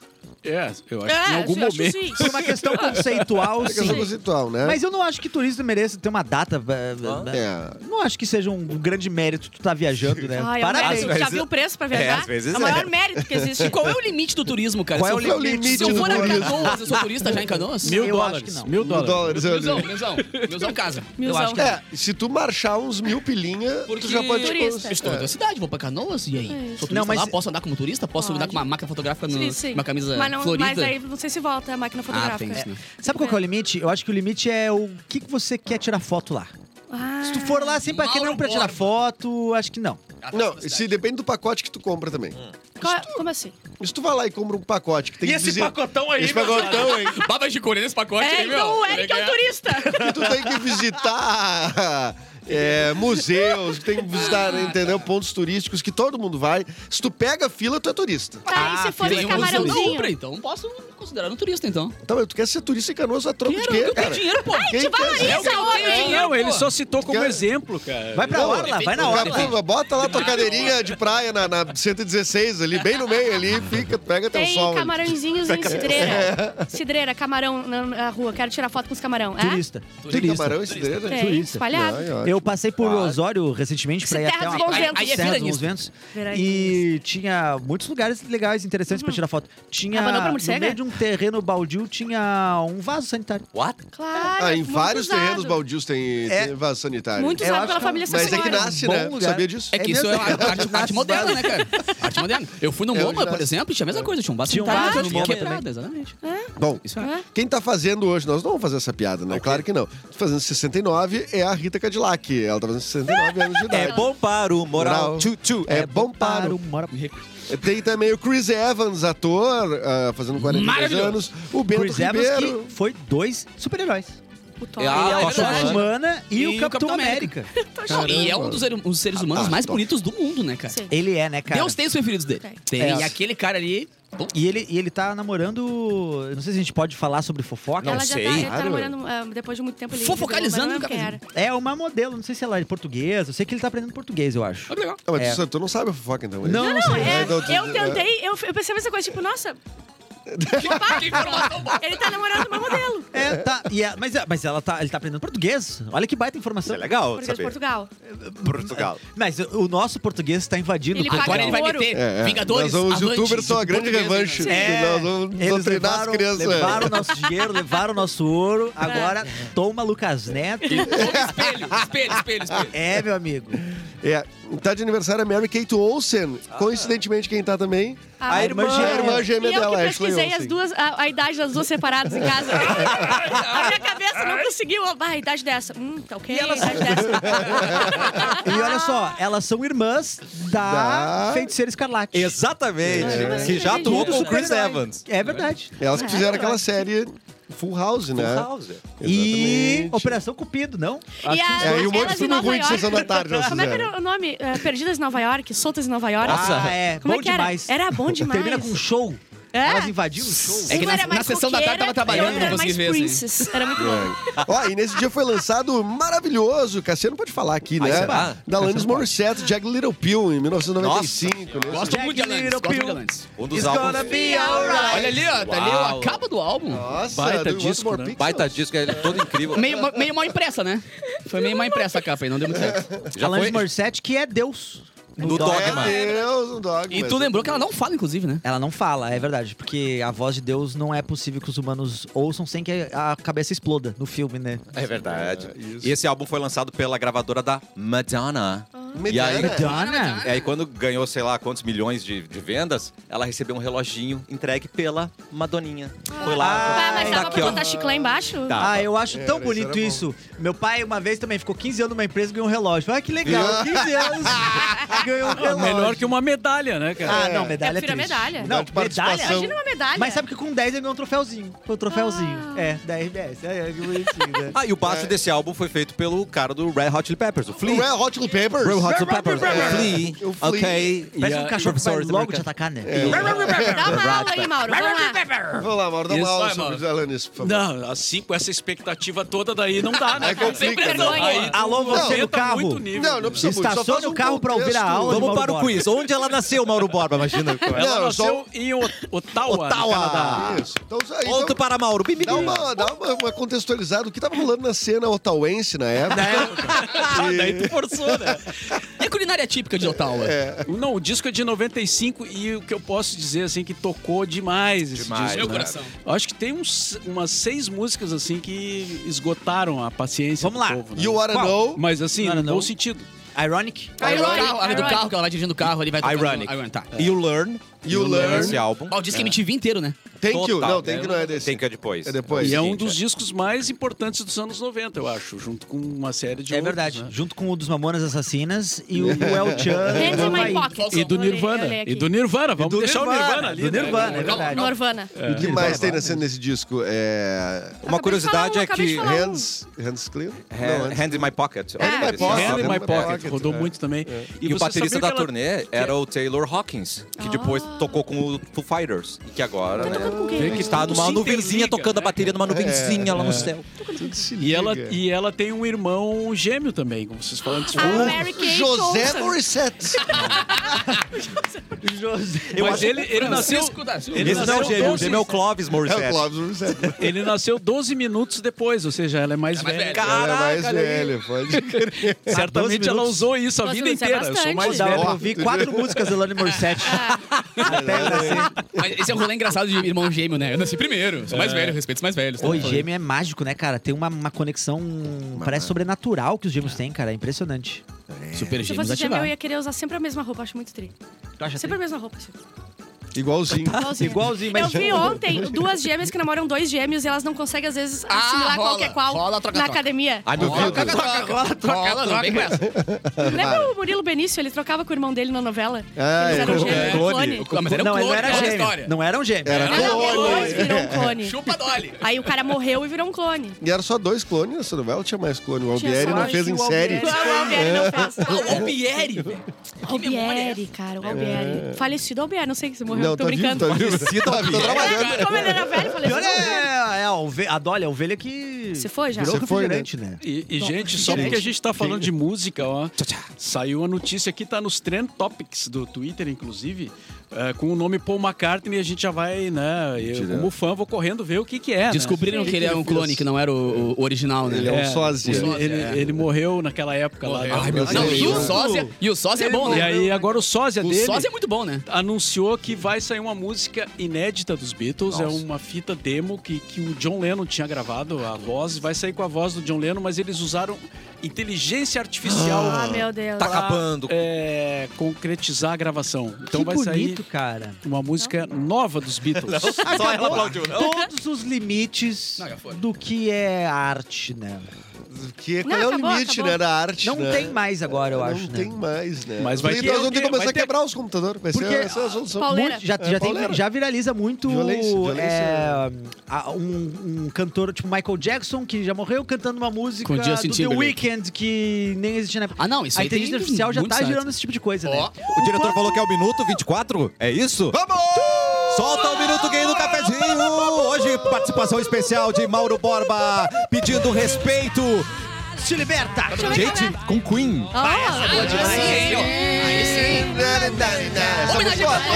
É, eu acho que em
É,
algum
eu acho
momento.
sim.
(laughs)
Por uma questão conceitual,
É questão
sim.
conceitual, né?
Mas eu não acho que turista mereça ter uma data. eh, eh,
É.
Não acho que seja um grande mérito tu tá viajando, né?
Ai, é um
Parabéns.
mérito.
Às
Já
vezes-
viu o preço pra viajar?
É, às vezes
o maior
é.
mérito que existe.
Qual é o limite do turismo, cara?
Qual
Se
é
eu
o
for-
limite?
Se eu
do
for a
turismo?
Canoas, eu sou turista já em Canoas?
Mil
Eu acho
dólares.
que não.
Mil
Mil
dólares.
dólares, eu
Milzão,
li.
milzão. Milzão casa.
Milzão.
Eu acho que é.
É, se tu marchar uns mil pilinha,
Porque
tu já pode...
turista. É.
estou na cidade, vou pra Canoas, e aí? Sou turista
Não, mas-
lá, posso andar como turista? Posso
Pode.
andar com uma máquina fotográfica
Sim,
no,
sim.
uma camisa
mas não,
florida?
Mas aí não sei se volta a máquina
ah, tem
fotográfica.
isso, né?
Sabe qual que é o limite? Eu acho que o limite é o que, que você quer tirar foto lá.
Ah,
Se tu for lá sempre aquele não pra tirar foto, acho que não.
Não, se depende do pacote que tu compra também.
Hum.
qual- como assim?
Se tu vai lá e compra um pacote que tem que dizer...
pacotão aí,
Esse pacotão, hein?
Baba de couro nesse pacote
É,
aí, meu.
então o Eric é um turista.
que tu tem que visitar é, museus, que tem que
Ah.
visitar, entendeu? Pontos turísticos que todo mundo vai. Se tu pega a fila, tu é turista.
Tá, e se for
Tem
de
um museu da
camarãozinho?
Ubra, então posso me considerar um turista, então.
Então, mas tu quer ser turista em canoas a troco de
Quero,
quê,
eu tenho
cara?
dinheiro, pô. É
Quem quer?
Valoriza a obra, um hein?
Não, ele só citou como
Quer-
exemplo, cara.
Vai pra
Não,
orla, vai na orla.
Capula, bota lá tua cadeirinha de praia na, na 116 ali, bem no meio ali, fica, pega teu
Tem
sol. ali.
camarõezinhos em cidreira. Cidreira, camarão na, na rua. Quero tirar foto com os camarão. É?
Turista.
Tem
Turista.
camarão e cidreira?
Tem,
turista.
espalhado.
Ai, ai.
Eu passei por Osório recentemente pra ir
Terra
até
dos
uma
Bons
praia-
Ventos.
Aí é
Terra dos Bons
veranista.
Ventos.
Veranista.
E tinha muitos lugares legais, interessantes
Uhum.
pra tirar foto. Tinha
Abanou Ah, pra
no
morcega?
meio de um terreno baldio tinha um vaso sanitário.
What?
Claro.
Ah, em
É muito
vários
usado.
terrenos baldios tem,
É.
tem vaso sanitário.
Muito
Eu
usado
acho
pela
que-
família
Mas é que
Sassuolo.
nasce,
Bom
né? Tu
lugar.
sabia disso?
É que
É
isso é
mesmo?
a arte, arte moderna, né, cara? Arte moderna. Eu fui no
Eu
MoMA,
já-
por exemplo, e tinha a mesma coisa. Tinha um vaso
Tinha um
sanitário,
vaso
tudo
também.
quebrado, exatamente.
Bom,
Isso é.
Hã?
Quem tá fazendo hoje, nós não vamos fazer essa piada, né? Claro que não. Fazendo 69 é a Rita Cadillac. Ela tá fazendo 69 anos de idade.
É bom para o moral. Tchu, tchu.
É bom para.
o mora-
(laughs)
Tem também o Chris Evans, ator, ah, fazendo 42
Maravilhoso.
anos. O Bento
Chris Evans,
Ribeiro.
que foi dois super-heróis.
O Thor.
Ah,
a
é
Tocha
verdade.
Humana e, o Capitão, América.
E é um dos, ser- um dos seres humanos
Ah,
mais
top.
bonitos do mundo, né, cara?
Sim.
Ele é, né, cara?
Deus tem os preferidos dele.
Tem.
Tem.
É.
E aquele cara ali... Bom,
E ele, e ele tá namorando. eu Não sei se a gente pode falar sobre fofoca.
Ela já tá,
sei.
já tá namorando ah, depois de muito tempo ali.
Fofocalizando,
Mas não lembro quem
cara.
era.
É uma modelo, não sei se ela é portuguesa. Eu sei que ele tá aprendendo português, eu acho.
olha que legal.
Ah, mas
É.
tu, tu não sabe a fofoca, então.
Não, não,
Não,
sei.
é,
Então, tu- (laughs)
eu tentei, eu, eu pensei a mesma coisa, tipo, nossa, Ele tá namorando uma modelo.
É, tá. E é- mas, é- mas ela tá, ele tá aprendendo português. Olha que baita informação. É,
É legal
Português de
saber.
Portugal.
Portugal.
Mas o nosso português está invadindo.
Ele
o
paga
Agora ele vai
Ouro.
meter.
É, é.
Vingadores,
Nós vamos, os
avante,
youtubers são a grande
português,
revanche.
né?
Nós vamos
É, Eles
doutrinar as
levaram,
crianças.
levaram o nosso
(laughs)
dinheiro, levaram o nosso ouro.
É.
Agora toma Lucas Neto.
Espelho, espelho, espelho, espelho.
É, meu amigo.
Ah. (laughs) É, tá de aniversário a Mary Kate Olsen.
Ah.
Coincidentemente, quem tá também?
Ah,
A irmã
mas-
gêmea.
A irmã gêmea
e eu
dela,
que
Ashley
pesquisei as
Olsen.
duas, a, a idade das duas separadas em casa. a minha cabeça não conseguiu. Ah, a idade dessa. Hum, tá ok. a idade dessa.
E olha só, elas são irmãs da,
Da-
Feiticeira Escarlate.
Exatamente.
É.
Que já atuou com o Chris
Super-herói.
Evans.
É verdade.
Elas que fizeram
É,
aquela série Full House, né?
E
Exatamente.
Operação Cupido, não?
E, a,
É, e um monte de
elas em
filme
Nova
ruim de
York.
Sessão da Tarde elas
Como é que
fizeram.
era o nome? É, Perdidas em Nova York, Soltas em Nova York.
Ah, é.
Como
bom
é que
demais.
era? Era
(laughs)
bom demais.
Termina com um show.
É.
Elas invadiram o show.
É que
Uma
na-
era mais
na sessão da tarde
roqueira,
tava trabalhando,
outra era
não consegui
mais
ver, assim.
princess. (laughs) Era muito bom.
Ó, e nesse dia foi lançado o maravilhoso, Cassiano pode falar aqui, né?
será?
da Alanis Morissette, Jag Little Pill, em 1995. né?
Gosto muito de Alanis, gosto muito de Alanis.
Um dos
It's
álbuns.
gonna be alright.
Olha ali, ó, tá
Uau.
ali a capa do álbum.
Nossa,
Baita
do You Want
disco,
More
né?
Pixels?
Baita disco, é todo incrível.
Meio, ma- meio mal impressa, né? Foi meio mal impressa a capa aí, não deu muito certo.
Já
Alanis
foi
Morissette, que é Deus. No
do
Dogma.
Dogma.
Meu Deus, um dogma.
E tu lembrou que ela não fala, inclusive, né?
Ela não fala, é verdade, porque a voz de Deus não é possível que os humanos ouçam sem que a cabeça exploda no filme, né?
É verdade.
É, isso. Ah.
E esse álbum foi lançado pela gravadora da Madonna. E aí, É,
Madonna.
Donna?
e aí quando ganhou, sei lá, quantos milhões de, de vendas, ela recebeu um reloginho entregue pela Madoninha. Foi lá.
Ah, mas
tá
dava
aqui,
pra
ó.
botar chiclé embaixo?
Tá.
Ah, eu acho
É,
tão
isso
bonito
era bom.
isso. Meu pai, uma vez também, ficou 15 anos numa empresa e ganhou um relógio. Ah, que legal, 15
(laughs)
anos, ganhou
É
um relógio.
Melhor que uma É medalha, né, cara?
Ah, não, medalha
Eu prefiro a
é triste.
medalha.
Não,
Medalha de
medalha?
participação.
Imagina uma medalha. Ah.
Mas sabe que com 10 ele ganhou um troféuzinho. Foi um troféuzinho. É, da RBS. É, é que bonitinho, né?
Ah, e o baixo
(laughs)
desse álbum foi feito pelo cara do Red Hot Chili Peppers, o Flea.
É. Red Hot Chili Peppers.
Red Hot Chili Peppers.
É.
Flea.
O Flea.
Ok.
Parece
E
um
a-
cachorro que vai
Sorry,
logo te atacar, né?
É.
Dá uma aula aí, Mauro. Vamos lá.
Vamos lá, Mauro, dá uma
Isso,
aula
vai,
sobre
Mauro.
os Alanis, por favor.
Não, assim, com essa expectativa toda daí, não dá, né?
Aí
cara?
complica,
Sempre
não.
não. Aí tu
Alô, você
aumenta
no carro?
muito o nível,
Não, não
né?
precisa muito. só
Estaciona
faz um
o carro pra ouvir a
contexto.
aula.
Vamos
Mauro
para o
Borba.
quiz. Onde ela nasceu, Mauro Borba? Imagina.
Ela
Não,
nasceu
só-
em Ot- Ottawa,
Ottawa.
no Canadá.
Isso. Então, isso aí,
Volto
então,
para Mauro. Bim, bim,
dá
bim.
uma, dá uma, uma contextualizada. O que tava rolando na cena ottawense na época?
Ah, daí tu forçou, né?
E a culinária típica de Ottawa?
Não, o disco é de 95 e o que eu posso dizer, assim, que tocou demais esse
Demais,
disco.
Meu
né?
coração.
Acho que tem uns- umas seis músicas, assim, que esgotaram a paciência
Vamos
do
lá.
povo. né?
E o Wanna
Qual?
Know.
Mas, assim,
Não,
no
não.
bom sentido.
Ironic.
A do
Ironic,
carro, a do
ironic.
carro, que ela vai dirigindo o carro, ele vai tocando-
Ironic.
tá.
You Learn.
You Learn.
Esse álbum. É.
Ó, o
é
disco MTV inteiro, né?
Thank you.
Total,
Não, thank you não é desse.
Tem que é depois.
É depois.
E é um
seguinte,
dos discos mais importantes dos anos 90, eu acho, junto com uma série de
É
outros,
verdade.
né?
Junto com o dos Mamonas Assassinas e o do El Chan.
Hands in my pocket.
E do Nirvana. E do Nirvana, vamos
do
deixar o
Nirvana,
Nirvana ali.
do
né? É.
Nirvana, é verdade.
Norvana.
O que mais tem na cena nesse disco? É...
Uma curiosidade é
um, acabei de
que.
falar, acabei de falar.
Hands, hands Clean? É. Não,
Hand,
Hands-
Hand in My Pocket.
Hand in My
Pocket.
Olha, esse
Hand
álbum.
in My Pocket,
Pocket,
rodou
é.
muito também.
E, o
né? você
baterista da
sabia que ela-
turnê era o Taylor Hawkins, que depois tocou com o Foo Fighters. E que agora, né?
Ah. Tá tocando com quem?
Vê que está
Tudo
numa
se
nuvenzinha
interliga,
tocando a
né, É.
bateria numa nuvenzinha lá no céu.
Tá
Tudo se
E ela,
liga.
e ela tem um irmão gêmeo também, como vocês falaram antes.
Ah,
Mas
Mary Kay
José
Olsen. (laughs)
Morissette.
ele, ele nasceu.
Francisco da Silva.
Ele
Esse não é o
nasceu
gêmeo, o
12
gêmeo é o Clovis
É o
Morissette.
Clóvis Morissette.
Ele nasceu 12 minutos depois, ou seja, ela é mais
É mais
velha.
velha.
Ela é mais
Caraca, olha aí.
velha, pode crer.
Certamente ela usou isso a
12
vida
minutos é
inteira. eu sou mais
bastante.
Da
velho.
hora eu vi
(laughs)
quatro (laughs) músicas da Lani Morissette.
Mas esse é um rolê engraçado de irmão gêmeo, né? Eu nasci primeiro, sou mais velho, respeito os mais velhos. tá?
Oi, gêmeo é mágico, né, cara? Tem uma, uma conexão, parece sobrenatural que os gêmeos têm, cara. É impressionante.
Super
Se
gêmeos
fosse gêmeo, eu
ativar.
ia querer usar sempre a mesma roupa. Acho muito tri.
Tu acha
Sempre a mesma roupa. Silvio.
Igualzinho.
Igualzinho.
Igualzinho,
Eu
mas...
vi
(laughs)
ontem duas gêmeas que namoram dois gêmeos e elas não conseguem, às vezes,
Ah,
assimilar
rola,
qualquer qual
rola, troca,
na
troca.
academia.
Ah, duvido.
Rola, troca, não vem com essa.
é
Lembra o Murilo Benício? Ele trocava com o irmão dele na novela.
Ah,
Eles
é,
eram
é,
gêmeos,
clone.
clone.
Ah, Mas era um
não,
clone,
não era
outra
gêmeo.
história.
Não eram gêmeos.
Era
Ah, não, depois
clone.
virou um clone.
Chupa Dolly.
Aí o cara morreu e virou um clone.
E era só dois clones nessa novela, tinha mais clone. O
Tinha
Albieri
só
não
o
fez em
Gil
série.
Albieri.
Ah, o Albieri não fez.
(laughs)
Ah, o Albieri, velho.
Albieri, cara, o Albieri. Falecido Albieri, não sei se morreu,
Não,
tô
tá vivo,
brincando.
tá vivo.
Falecido
Tá vivo,
Albieri.
trabalhando.
É, como ele era velho, falecido
Pior
Albieri.
é, é a, ovelha, a Dolly, a ovelha que...
(laughs) Você foi já?
Virou
Você foi, né?
refrigerante, né?
E, e, gente, só porque a gente tá falando de música, ó. Saiu a notícia aqui, tá nos Trend Topics do Twitter, inclusive. é, com o nome Paul McCartney, a gente já vai, né? Eu,
Tirando.
como fã, vou correndo ver o que, que é. né?
Descobriram que ele é um clone, que não era o, o original, né?
Ele é um sósia.
Ele, ele- ele morreu naquela época
Morreu.
lá.
Ai, meu Deus. Não, e o sósia, e o sósia é bom,
E
né?
aí agora o sósia
O
dele
sósia é muito bom, né?
anunciou que vai sair uma música inédita dos Beatles. É uma fita demo que, que o John Lennon tinha gravado, a voz. Vai sair com a voz do John Lennon, mas eles usaram inteligência artificial
Ah, meu Deus.
Tá acabando.
é, concretizar a gravação. Então
que
vai
bonito, cara.
sair uma música nova dos Beatles.
Só ela aplaudiu, não?
Todos os limites
já foi.
do que é arte, né?
Não,
Que, qual é o
acabou,
limite,
acabou.
né? Da arte.
Não
né?
tem mais agora, eu
Não
acho,
tem
né?
mais, né?
Mas vai
Os
ter-
Beatles vão ter que
vai
começar
ter-
a quebrar os computadores. Vai ser
Porque-
essa é a solução.
Pauleira.
Muito- já,
É,
já, tem-
pauleira.
já viraliza muito
Violência, violência.
é, a- um, um cantor tipo Michael Jackson, que já morreu cantando uma música
Com Justin
do The
Timberlake.
Weeknd, que nem existia na época.
Ah, não, isso
A
aí tem
inteligência artificial já
muito
tá
site.
(laughs)
girando esse tipo de coisa, né?
O diretor falou que é o minuto 24, é isso? Vamos! Solta o minuto gay do cafezinho! Hoje, participação especial de Mauro Borba pedindo respeito.
Se liberta!
Deixa eu ver
Gente,
como é.
com Queen.
Ah,
é
é.
Homenagem pra você que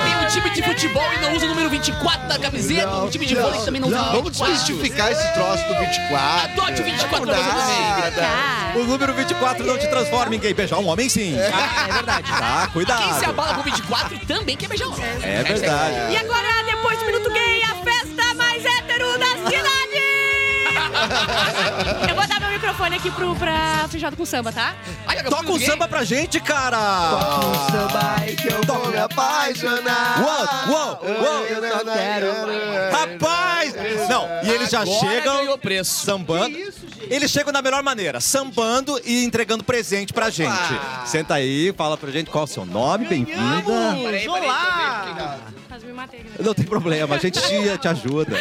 tem um time de futebol e não usa o número 24 da camiseta, um time de vôlei que também não usa o
Vamos
24.
desmistificar esse troço do 24.
Adote o 24 pra
Não
você também.
nada.
cara.
O número 24 não te transforma em gay. Beijar um homem, sim.
Ah, é verdade.
Tá,
Quem se
cuidado.
abala com 24 também quer beijar um.
É verdade.
E agora, depois do Minuto Gay, a festa mais hétero da
(laughs)
cidade! Eu vou dar meu microfone aqui pro, pra feijado com samba, tá?
Ai, acabou
Toca um
ninguém.
samba pra gente, cara!
um Vou me apaixonar.
Uou, uou, uou!
Eu só quero.
Rapaz! Não, e eles já
Agora
chegam
ganhou preço.
sambando. Eles chegam da melhor maneira, sambando e entregando presente pra gente. Senta aí, fala pra gente qual é o seu nome, bem-vinda.
Quase me matei. aqui.
Não tem problema, a gente te, te ajuda.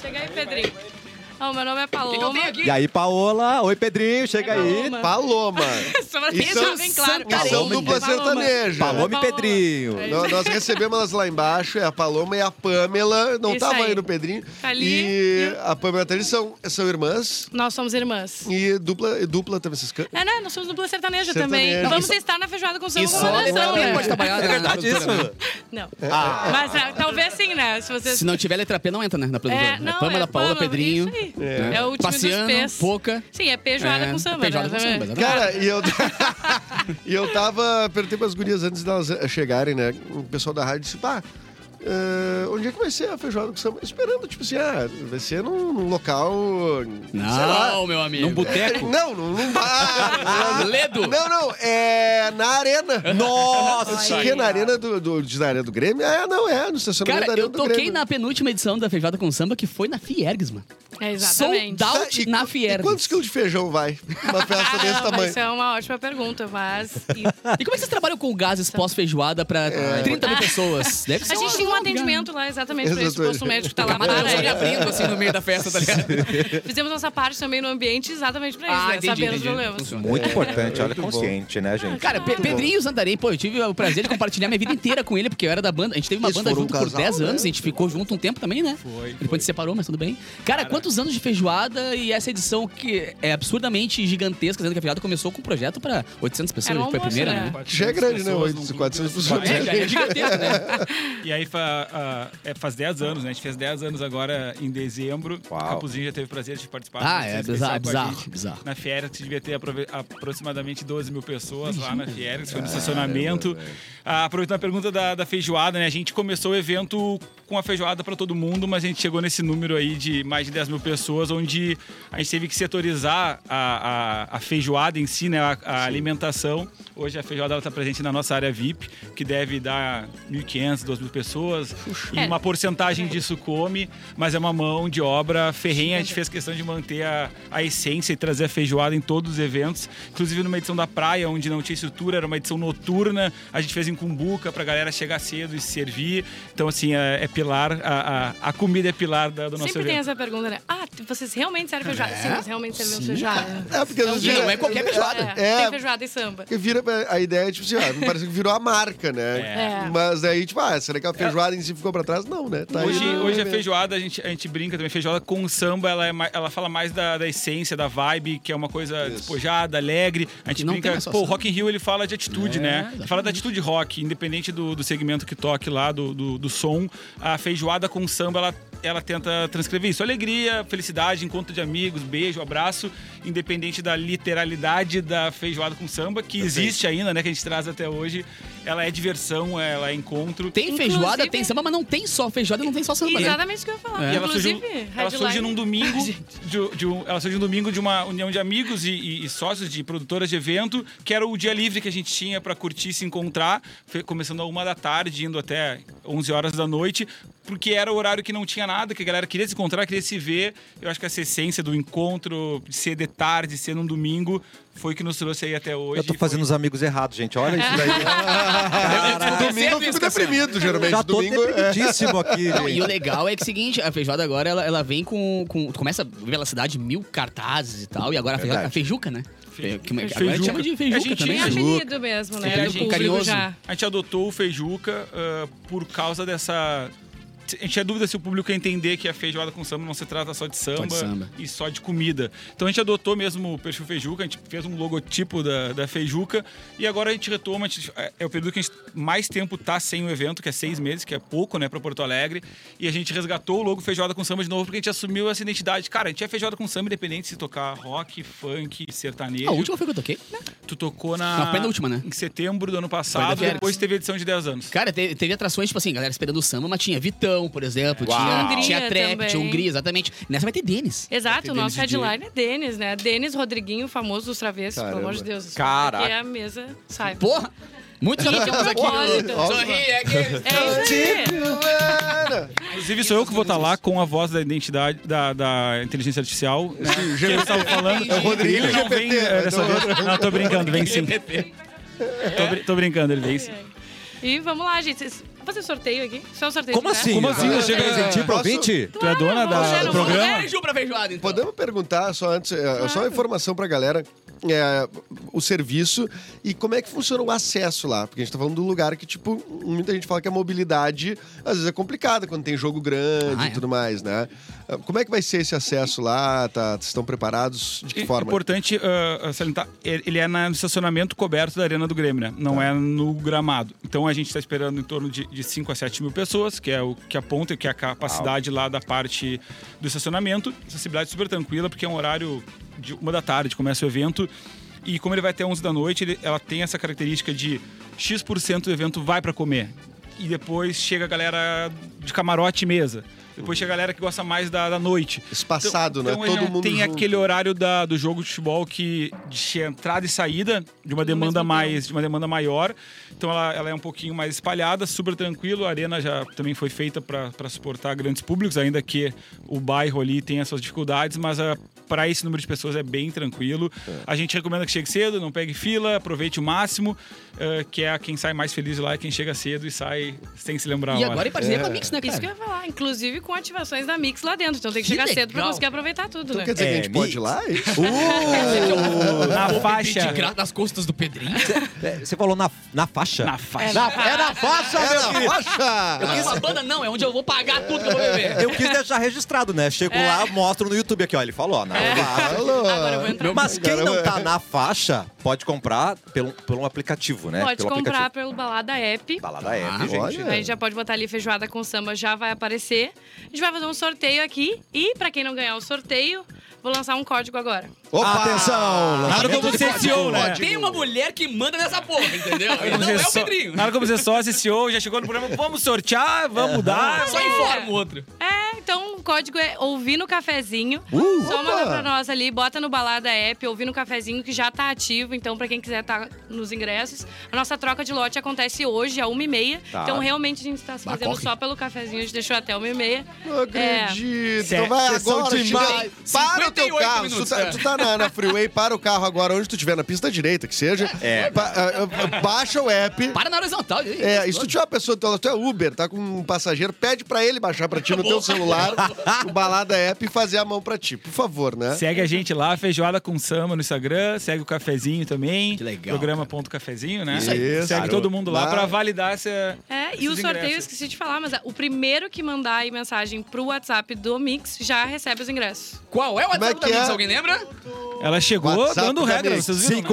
Chega aí, Pedrinho. Ó, meu nome é
Quem que eu
Paloma.
tenho Então aqui?
E aí, Paola? Oi, Pedrinho, chega aí.
Paloma.
(laughs) Só pra
Isso
deixar
é
bem claro.
E são
Paloma,
dupla
Paloma.
sertaneja.
Paloma e Pedrinho.
É.
Nó- Nós recebemos elas lá embaixo, é a Paloma e a Pamela. Não
Isso
tava aí
aí.
no Pedrinho.
Tá ali.
E a Pamela tá ali, são, são irmãs
Nós somos irmãs.
e dupla, e dupla também. Vocês can-
É, né? Nós somos dupla sertaneja
Sertaneja.
também.
Não,
Vamos
isso-
estar na feijoada com samba
E
com
só letra P pode
né?
trabalhar
É
na-
verdade
na
isso?
produtora, né?
Não. Mas ah, talvez sim, né? Se vocês...
Se não tiver letra P, não entra, né? Na produtora.
É, não,
Pamela,
é
Paola,
Pamela,
Pedrinho.
isso aí.
né?
É o time dos
Passeando,
P's.
Pouca.
Sim, é feijoada
é,
com samba.
Feijoada com
né?
samba, exatamente.
Cara, e eu, (laughs) e eu tava. Perguntei pras gurias antes delas chegarem, né? O pessoal da rádio disse, pá. eh, onde é que vai ser a feijoada com samba? Esperando, tipo assim, ah, vai ser num, num local. sei lá. (laughs)
Não, Ah, meu amigo. Ah,
Num boteco.
Não, num, num bar.
Ledo.
Não, não, é na arena.
Nossa!
Isso aqui é na arena do, do, de- na arena do Grêmio? É, não, é, no estacionamento
Cara,
da arena
eu
do
toquei
Grêmio.
na penúltima edição da Feijoada com Samba, que foi na Fiergs, mano.
É, exatamente.
Sold
Tá,
out na
qu-
Fiergs.
E quantos quilos de feijão vai uma festa
(laughs)
desse
Ah, mas
tamanho?
isso é uma ótima pergunta, mas. e-
E como é que vocês trabalham com gases pós-feijoada pra
É.
30
Ah.
mil pessoas? Deve ser
A gente tem um
uma-
atendimento lá exatamente pra isso. O
Exatamente.
posto médico
(laughs)
tá lá
Mano, eu só me
para.
abrindo assim no meio da
(laughs)
festa, tá ligado?
Fizemos nossa parte também no ambiente exatamente pra isso,
Ah,
né?
entendi,
Saber os
entendi.
problemas.
Funciona.
É,
Muito importante, olha, consciente, né, gente?
Cara, Pe- Pedrinho Santarém, pô, eu tive o prazer de compartilhar minha vida inteira com ele, porque eu era da banda. A gente teve uma
Eles
banda
foram
junto
um
por
casal,
10
né?
anos, a gente ficou junto um tempo também, né? Foi. Depois se separou, mas tudo bem. Cara, quantos anos de feijoada e essa edição que é absurdamente gigantesca, sendo que a feijoada começou com um projeto pra 800 pessoas,
Era um
que foi a
almoço,
primeira,
né?
né?
Já é grande, né? 800, 400 pessoas.
É, já é
(laughs)
gigantesco, né?
E aí fa- a- é, faz 10 anos, né? A gente fez 10 anos agora em dezembro.
Uau.
O Capuzinho já teve o prazer de participar. de uma
Ah,
edição
é
especial com a
bizarro, é bizarro,
gente.
bizarro.
Na Fiera, que devia ter aprove- aproximadamente 12 mil pessoas lá na Fiera, que foi no estacionamento. Ah, aproveitando a pergunta da, da feijoada, né? A gente começou o evento com a feijoada para todo mundo, mas a gente chegou nesse número aí de mais de 10 mil pessoas, onde a gente teve que setorizar a, a- a feijoada em si, né? A, a alimentação. Hoje a feijoada está presente na nossa área VIP, que deve dar 1.500, 2.000 pessoas. E
É.
uma porcentagem disso come, mas é uma mão de obra ferrenha. A gente fez questão de manter a, a essência e trazer a feijoada em todos os eventos. Inclusive numa edição da praia, onde não tinha estrutura, era uma edição noturna. A gente fez em Cumbuca pra galera chegar cedo e se servir. Então, assim, é, é pilar, a, a, a comida é pilar da, do nosso
Sempre tem
evento.
essa pergunta, né? Ah, vocês realmente servem feijoada? Sim, vocês realmente servem feijoada.
É, porque às vezes
Não
é qualquer
feijoada.
É,
É,
Tem feijoada e samba.
porque vira, a ideia é tipo assim, ó, parece que virou a marca, né?
É.
Mas daí, tipo, ah, será que a feijoada em si ficou pra trás? Não, né? Tá aí
Hoje,
no
hoje a
evento.
feijoada, a gente, a gente brinca também, feijoada com samba, ela, é mais- ela fala mais da, da essência, da vibe, que é uma coisa despojada, alegre. A gente
não tem
brinca,
mais só
pô, o
samba.
Rock in Rio ele fala de atitude,
É,
né? Ele
exatamente.
fala da atitude rock, independente do, do segmento que toque lá, do, do, do som, a feijoada com samba, ela, ela tenta transcrever isso. Alegria, felicidade, encontro de amigos, beijo, abraço, independente da literalidade da feijoada com samba, que existe ainda, né, que a gente traz até hoje. Ela é diversão, ela é encontro.
Tem feijoada,
Inclusive-
tem samba, mas não tem só feijoada, não tem só samba, né?
Exatamente o que eu ia falar.
E ela surgiu,
Inclusive,
ela surge
Headline-
num
(laughs)
domingo, de, de um, ela surge num domingo de uma união de amigos e, e- e sócios de produtoras de evento, que era o dia livre que a gente tinha pra curtir, se encontrar, fe- começando a uma da tarde, indo até 11 horas da noite, porque era o horário que não tinha nada, que a galera queria se encontrar, queria se ver. Eu acho que essa essência do encontro, de ser de tarde, ser num domingo, foi o que nos trouxe aí até
Ah,
hoje.
Eu tô fazendo os amigos errados, gente. Olha isso daí.
(laughs) Domingo eu fico deprimido, (laughs) geralmente.
assim. Já tô
Domingo é...
deprimidíssimo aqui,
Não, e o
gente.
legal é que é o seguinte, a feijoada agora, ela, ela vem com, com... tu Começa velocidade, mil cartazes e tal, e agora a, feijoada, a feijuca, né? Fe, que, Agora a gente chama de
A
feijuca
gente
também.
Tem
tinha
né?
apelido mesmo, né?
Tem
Do
apelido
público
carinhoso.
já.
A gente adotou o Feijuca ah, por causa dessa. A gente tinha dúvida se o público ia entender que a feijoada com samba não se trata só de samba,
de samba.
e só de comida. Então a gente adotou mesmo o perfil Feijuca, a gente fez um logotipo da, da Feijuca e agora a gente retoma. a gente- é o período que a gente mais tempo tá sem o evento, que é seis meses, que é pouco, né, pra Porto Alegre. E a gente resgatou o logo Feijoada com Samba de novo porque a gente assumiu essa identidade. Cara, a gente é feijoada com samba independente se tocar rock, funk, sertanejo.
ah, A última foi que eu toquei.
Tu tocou na.
Na penúltima, né?
Em setembro do ano passado,
Foi da
depois teve a edição de 10 anos.
Cara, te- teve atrações, tipo assim, galera esperando o samba, mas tinha Vitão, por exemplo, tinha,
Hungria
tinha Trap,
também.
tinha Hungria, exatamente. Nessa vai ter Denis.
Exato, o nosso
Denis de
headline é Denis, né? Denis Rodriguinho, famoso dos travessos, pelo amor de Deus.
Caraca.
Porque a mesa sai.
Porra! (laughs)
(laughs)
Muitos estamos aqui.
Óbvio.
um Sorri, é que...
É isso aí.
Inclusive, sou eu que vou estar lá com a voz da identidade da, da inteligência artificial. Né? Que eu estava falando.
É o
Rodrigo
Ele não vem
GPT,
eh, dessa
então-
vez. Não, tô brincando, vem sim. Tô, brin- tô brincando, ele vem sim.
E vamos lá, gente. Vocês- Vou fazer sorteio aqui? Isso é um sorteio.
Como
né?
assim?
Como assim?
Eu
Chega-
presenti pro
Posso-
ouvinte?
Tu é dona
vamos
da,
ser
do
um
programa?
Beijo pra feijoada, então.
Podemos perguntar só antes, é, só uma informação pra galera, é, o serviço e como é que funciona o acesso lá, porque a gente tá falando de um lugar que, tipo, muita gente fala que a mobilidade às vezes é complicada quando tem jogo grande
Ah, é.
e tudo mais, né? Como é que vai ser esse acesso lá? Tá, vocês estão preparados? De que
E-
forma?
Importante ah, salientar, ele ele é na- no estacionamento coberto da Arena do Grêmio, né? Não
Tá.
é no gramado. Então a gente está esperando em torno de, de 5 a 7 mil pessoas, que é o que aponta, que é a capacidade lá da parte do estacionamento. Acessibilidade super tranquila, porque é um horário de uma da tarde, começa o evento. E como ele vai até 11 da noite, ele- ela tem essa característica de X% do evento vai para comer. E depois chega a galera de camarote e mesa. Depois chega a galera que gosta mais da, da noite.
Espaçado, né?
ele
Todo mundo
tem
junto.
aquele horário da- do jogo de futebol que de entrada e saída de uma demanda
mesmo
mais, de uma demanda maior. Então ela, ela é um pouquinho mais espalhada, super tranquilo. A arena já também foi feita para suportar grandes públicos, ainda que o bairro ali tenha suas dificuldades, mas para esse número de pessoas é bem tranquilo. A gente recomenda que chegue cedo, não pegue fila, aproveite o máximo, eh, que é quem sai mais feliz lá, é quem chega cedo e sai sem se lembrar. a
E
é-
hora.
agora em parceria com a Mix, né,
Isso que eu
cara?
ia falar, inclusive com ativações da Mix lá dentro. Então tem que,
Que
chegar cedo pra
legal.
conseguir aproveitar tudo,
Então
né?
quer dizer que a gente
É,
pode ir lá?
na
De
faixa.
graça nas costas do Pedrinho.
É, Você falou na, na faixa?
Na faixa.
Na- é na faixa, meu querido. É.
Rocha!
Eu quis uma banda, não, é onde eu vou pagar tudo que eu vou beber.
Eu quis deixar registrado, né? Chego lá, mostro no YouTube aqui, ó. Ele falou, ó, na faixa.
Tá, Alô!
É. Agora eu vou entrar.
Mas quem não tá na faixa, pode comprar pelo, pelo aplicativo, né?
Pode
pelo
comprar
aplicativo.
pelo Balada App.
Balada é,
Ah,
gente.
olha.
A gente já pode botar ali feijoada com samba, já vai aparecer. A gente vai fazer um sorteio aqui. E pra quem não ganhar o sorteio, vou lançar um código agora.
Opa!
Atenção!
Claro que eu
lançamento
vou
de
ser
código.
CEO, né?
Tem uma mulher que manda nessa porra,
(laughs)
entendeu? E não
Você
é o
só-
Pedrinho.
Na hora que você sócio, CEO, já chegou no programa, vamos sortear, vamos dar.
Só informa o outro.
É, então código é ouvir no cafezinho.
Uh,
Soma
opa!
lá pra nós ali, bota no Balada App, ouvir no cafezinho, que já tá ativo. Então, pra quem quiser tá nos ingressos. A nossa troca de lote acontece hoje, à 1h30.
Tá.
Então, realmente, a gente tá se
Bah,
fazendo
corre.
só pelo cafezinho. A gente deixou até 1h30.
Não acredito.
É.
Então Vai
Vocês são
agora, chega-
demais.
Para o teu
58
carro.
minutos,
tu tá,
é.
tu tá na, na freeway, para o carro agora, onde tu estiver, na pista direita, que seja.
É.
Ba- ah, ah, baixa o app.
Para na horizontal. aí.
É, e se tu tiver uma pessoa, tu tu é Uber, tá com um passageiro, pede pra ele baixar pra ti no teu celular
(laughs)
o Balada App e fazer a mão pra ti, por favor, né?
É. Segue a gente lá, Feijoada com Sama no Instagram, segue o Cafezinho também.
Que legal,
Programa.cafezinho, né?
Isso aí.
Segue
Garoto.
todo mundo lá
Vai.
pra validar essa.
É, e
esses
o sorteio, eu
ingressos.
esqueci de falar, mas é, o primeiro que mandar aí mensagem pro WhatsApp do Mix já recebe os ingressos.
Qual é o
Como é
WhatsApp
que
da Mix?
é?
Alguém lembra?
Ela chegou
WhatsApp
dando
da
regra,
Mix.
vocês viram? né?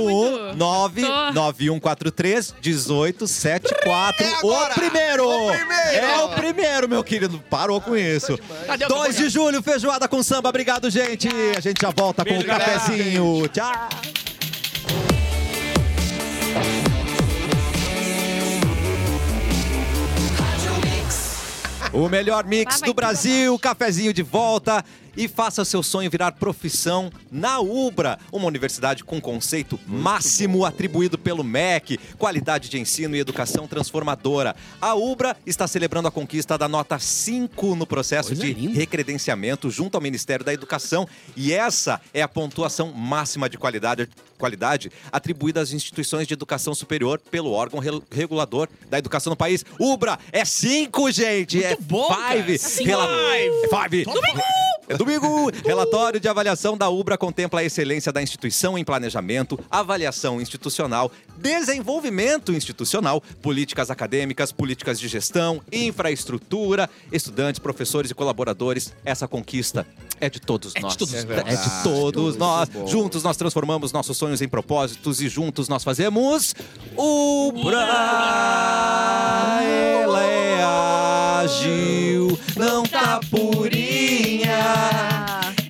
519 9143 1874.
É agora!
o primeiro!
O primeiro!
É o primeiro, meu querido. Parou com isso.
Cadê o
2 de julho, feijoada com samba. Obrigado, gente. A gente já volta com o
Beijo, galera.
cafezinho. Tchau. O melhor
Ah,
mix
vai
do Brasil, cafezinho de volta e faça seu sonho virar profissão na Ubra, uma universidade com conceito máximo atribuído pelo MEC, qualidade de ensino e educação transformadora. A Ubra está celebrando a conquista da nota 5 no processo
Coisa
de
linda.
recredenciamento junto ao Ministério da Educação e essa é a pontuação máxima de qualidade, qualidade atribuída às instituições de educação superior pelo órgão re- regulador da educação no país. Ubra é 5, gente! é
bom, cara. assim,
five.
Cinco.
Rela- é five. É domingo! Relatório de avaliação da UBRA contempla a excelência da instituição em planejamento, avaliação institucional, desenvolvimento institucional, políticas acadêmicas, políticas de gestão, infraestrutura, estudantes, professores e colaboradores. Essa conquista é de todos nós.
de todos
é
nós. é
de todos nós. Juntos nós transformamos nossos sonhos em propósitos e juntos nós fazemos UBRA. Ela é ágil, não tá purinha.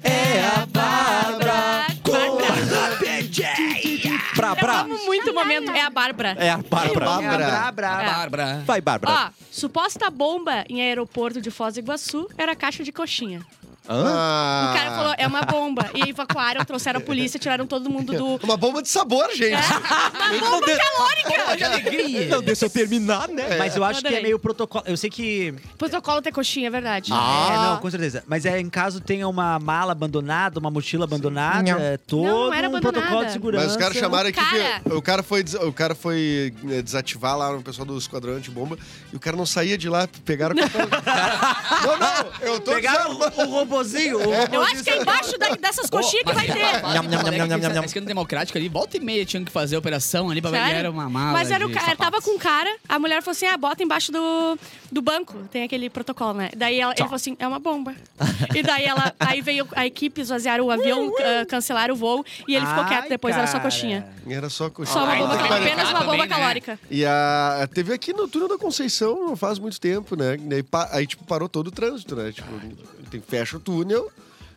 É a Bárbara com a PJ. Pra,
Eu
pra.
amo muito o momento. É a Bárbara.
É a Bárbara.
Abra.
Bárbara.
Vai, Bárbara.
Ó, suposta bomba em aeroporto de Foz do Iguaçu era caixa de coxinha.
Hã?
O cara falou, é uma bomba. E evacuaram, trouxeram a polícia, tiraram todo mundo do...
É
É,
Uma bomba de sabor, gente.
Não, de-
Ah,
Que alegria.
não deixa eu terminar, né?
Mas eu acho que é
Adorei.
meio protocolo. Eu sei que.
Protocolo ter coxinha, é verdade.
Ah,
Ah.
É, não, com certeza. Mas é em caso tenha uma mala abandonada, uma mochila abandonada,
Não.
é todo
Não, não era
um protocolo
abandonada.
de segurança.
Mas os caras chamaram aqui
Cara.
que o cara foi, des- o cara foi eh, desativar lá o pessoal do esquadrão anti-bomba e o cara não saía de lá, pegaram o cara. Não, não, eu tô
Pegaram
dizendo-
o, o robozinho. o "Ah,
Eu acho que é embaixo da- dessas coxinhas que vai ter.
é Nham, nham, nham, nham, nham, nham.
Na tá esquerda democrática ali, volta e meia tinham que fazer a operação ali pra ver
Sério?
era uma mala.
Mas era o
de
cara,
sapatos.
tava com um cara, a mulher falou assim: ah, bota embaixo do, do banco. Tem aquele protocolo, né? Daí ela, ele falou assim: é uma bomba. e daí ela. Aí veio a equipe, esvaziaram o avião, ah, cancelaram o voo e ele ficou
Ai,
quieto depois, era só
cara.
coxinha.
Era só coxinha.
Só uma
Ah,
bomba
então
calórica.
vai-
Apenas uma
também,
bomba
né?
calórica.
E a teve aqui no túnel da Conceição não faz muito tempo, né? E Aí, pa- aí, tipo, parou todo o trânsito, né? Tipo, tem, fecha o túnel,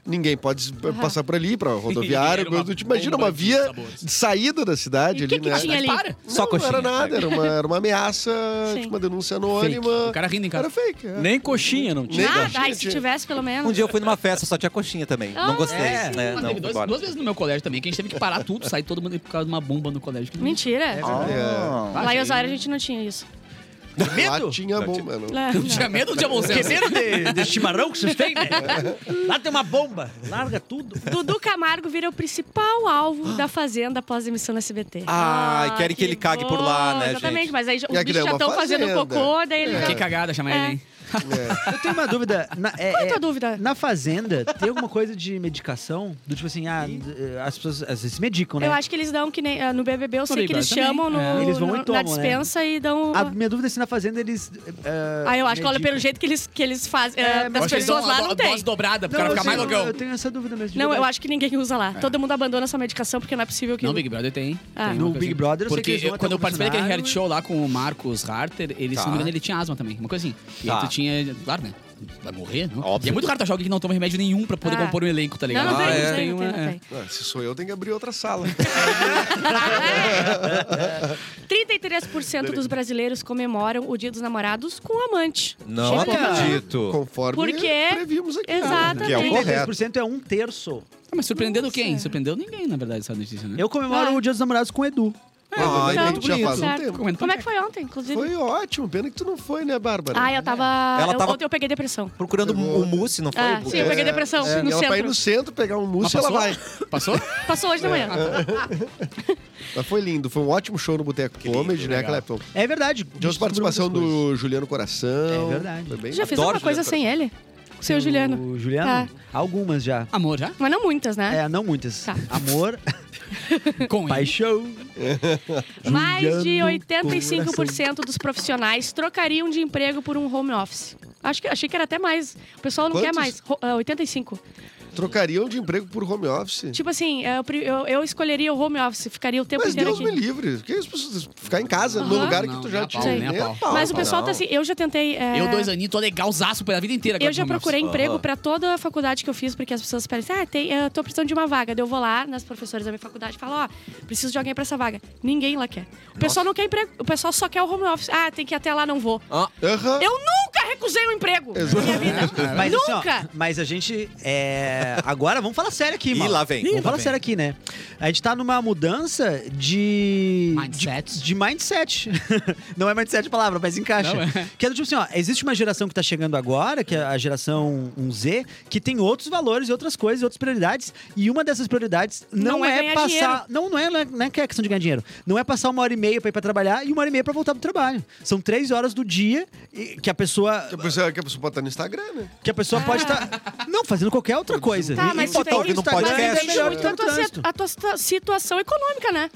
ninguém pode s- passar por ali,
(laughs)
pra rodoviária,
Era uma
coisa do tipo. Imagina
bomba
uma
de
via
sabores.
de saída da cidade
E o
ali,
que, que
né?
tinha ali?
Para.
Não,
Só
não era
coxinha,
nada, era uma, era uma ameaça,
Sim.
tipo, uma denúncia anônima.
O cara rindo em casa.
Era fake, é.
Nem coxinha não tinha.
Nem
Nada,
coxinha
ai, se
tinha.
tivesse pelo menos.
Um dia eu fui numa festa, só tinha coxinha também.
tá-
Não gostei.
É.
né? Não,
Mas teve
fui
dois,
embora.
duas vezes no meu colégio também, que a gente teve que parar tudo, sair todo mundo por causa de uma bomba no colégio. Que não-
Mentira.
É.
Ah,
Lá em
gente,
Osório a gente não tinha isso.
Lá
medo?
tinha bomba, não.
Lá-
Não tinha medo de
Que
aboncenso.
medo de, de chimarrão que
(laughs)
vocês têm, né? Lá tem uma tá, bomba. Larga tudo.
Dudu Camargo vira o principal alvo da Fazenda após a emissão da SBT.
Ai, querem que ele
bom.
cague por lá, né,
Ah, Exatamente,
gente?
mas aí já-
E
os
aquilo
bichos
é
já
uma
estão fazendo
fazenda.
cocô, daí ele
É.
já...
Que cagada chamar ele, hein?
Eu tenho uma dúvida. Na,
(laughs)
é,
Qual é a
é-
tua dúvida?
Na fazenda, tem alguma coisa de medicação? Do tipo assim, ah, as pessoas às vezes se medicam,
é?
né?
Eu acho que eles dão que nem ah, no BBB, eu sei que
igual
eles
também.
chamam no,
É.
Eles vão
no-
e
na
tomam, né?
dispensa e dão.
A minha dúvida é se na fazenda eles. eh,
ah, eu acho que olha
medicam.
pelo jeito que eles, que eles fazem. ah,
É, mas
das
acho que eles
pessoas lá
uma
não
do-
tem.
dose dobrada pro
Não,
cara
eu
ficar
sei,
mais
eu-
loucão.
Eu tenho essa dúvida mesmo. de
Não, eu
verdade.
acho que ninguém usa lá. Todo mundo abandona sua medicação porque não é possível que.
É. Não, Big Brother tem.
Ah.
Tem
No
uma coisa
Big
assim.
Brother eu sei
Porque
que eles vão até
quando
o
eu participei daquele
funcionário. Tá.
reality show lá com o Marcos Harter, ele, se não me engano, ele tinha asma também. Uma coisa assim. E
Tá.
aí tu tinha. Claro, né? vai morrer? Não?
Óbvio.
E é muito caro tu achar alguém que não toma remédio nenhum pra poder
Ah.
compor um elenco, tá
Não,
ligado?
não tem,
Ah,
não
é.
tem, não tem,
uma-
não tem.
Ah, se sou eu, tem que abrir outra sala.
33% dos brasileiros comemoram o Dia dos Namorados com o amante.
Não
Chegou.
acredito.
Conforme
é
Porque- tá
previmos aqui.
um
Exatamente.
Que é o correto.
33% é um terço.
Ah, mas surpreendendo
Nossa.
quem? Surpreendeu ninguém, na verdade, essa notícia, né? É,
Eu comemoro
Ah.
o Dia dos Namorados com o Edu.
Ah,
Então,
então, já faz um
certo.
tempo.
Como é que foi ontem, inclusive?
Foi ótimo, pena que tu não foi, né, Bárbara?
Ah, eu tava...
Ela
eu-
tava-
Ontem eu peguei depressão.
Procurando o mousse, não foi?
Ah, sim, eu peguei depressão
É,
no
ela vai
centro.
no centro pegar um
Mas
mousse e ela
passou?
vai. É.
Passou?
Passou hoje de manhã.
(laughs) Mas foi lindo, foi um ótimo show no Boteco Comedy, né, Clepton?
É verdade.
Tivemos participação do Juliano Coração.
É verdade.
Foi bem
Já fez
Adoro
alguma coisa
Juliano
sem ele? Com o seu Juliano. Tá.
O Juliano? Algumas já.
Amor já?
Mas não muitas, né?
É, não muitas.
Tá.
(laughs)
Amor,
Com ele.
paixão.
Mais
assim.
de
Juliano
85% dos profissionais trocariam de emprego por um home office. Acho que, achei que era até mais. O pessoal não quer
Quantos?
mais. Ro- ah, 85.
Trocariam de emprego por home office?
Tipo assim, eu, pri- eu, eu escolheria o home office, ficaria o tempo
Mas
inteiro
Deus me
aqui.
livre. Que isso, pessoas ficar em casa, no
Aham.
lugar
Não,
que tu
nem
já
a pau,
tinha.
nem
a
Nem a
pau.
pau,
Mas o
pau.
pessoal tá assim, eu já tentei. é,
Eu, dois aninhos, tô legalzaço pela vida inteira. agora
Eu já
com home office.
procurei emprego
Aham.
pra toda a faculdade que eu fiz, porque as pessoas parecem, ah, tem, eu tô precisando de uma vaga. Daí Eu vou lá nas professoras da minha faculdade e falo, ó, preciso de alguém pra essa vaga. Ninguém lá quer. O pessoal não quer emprego, o pessoal só quer o home office. Ah, tem que ir até lá, não vou.
Ah,
Aham.
Eu nunca recusei um emprego na minha vida.
(laughs) Mas, assim, ó,
nunca!
mas a gente. é, Agora vamos falar sério aqui,
Ih,
mano.
lá vem. Ih, lá
Vamos falar
vem.
sério aqui, né? A gente tá numa mudança de.
Mindset.
De, de mindset. (laughs) Não é mindset a palavra, mas encaixa.
Não é.
Que é do tipo assim, ó, existe uma geração que tá chegando agora, que é a geração 1Z, que tem outros valores e outras coisas, e outras prioridades. E uma dessas prioridades não,
Não é
é,
ganhar
passar.
dinheiro.
Não, não é, não é que é questão de ganhar dinheiro. Não é passar uma hora e meia pra ir pra trabalhar e uma hora e meia pra voltar pro trabalho. São três horas do dia e- que a pessoa
Que a pessoa, que a pessoa pode estar no Instagram, né?
que a pessoa pode
Ah.
estar. Não, fazendo qualquer outra coisa.
Tá,
E-
mas
e
tu
botar
tem
o
que-
Instagram
mas
é
podcast.
depende
melhor do
muito
que
da
no
tua,
trânsito.
si- a tua situa- situação econômica, né?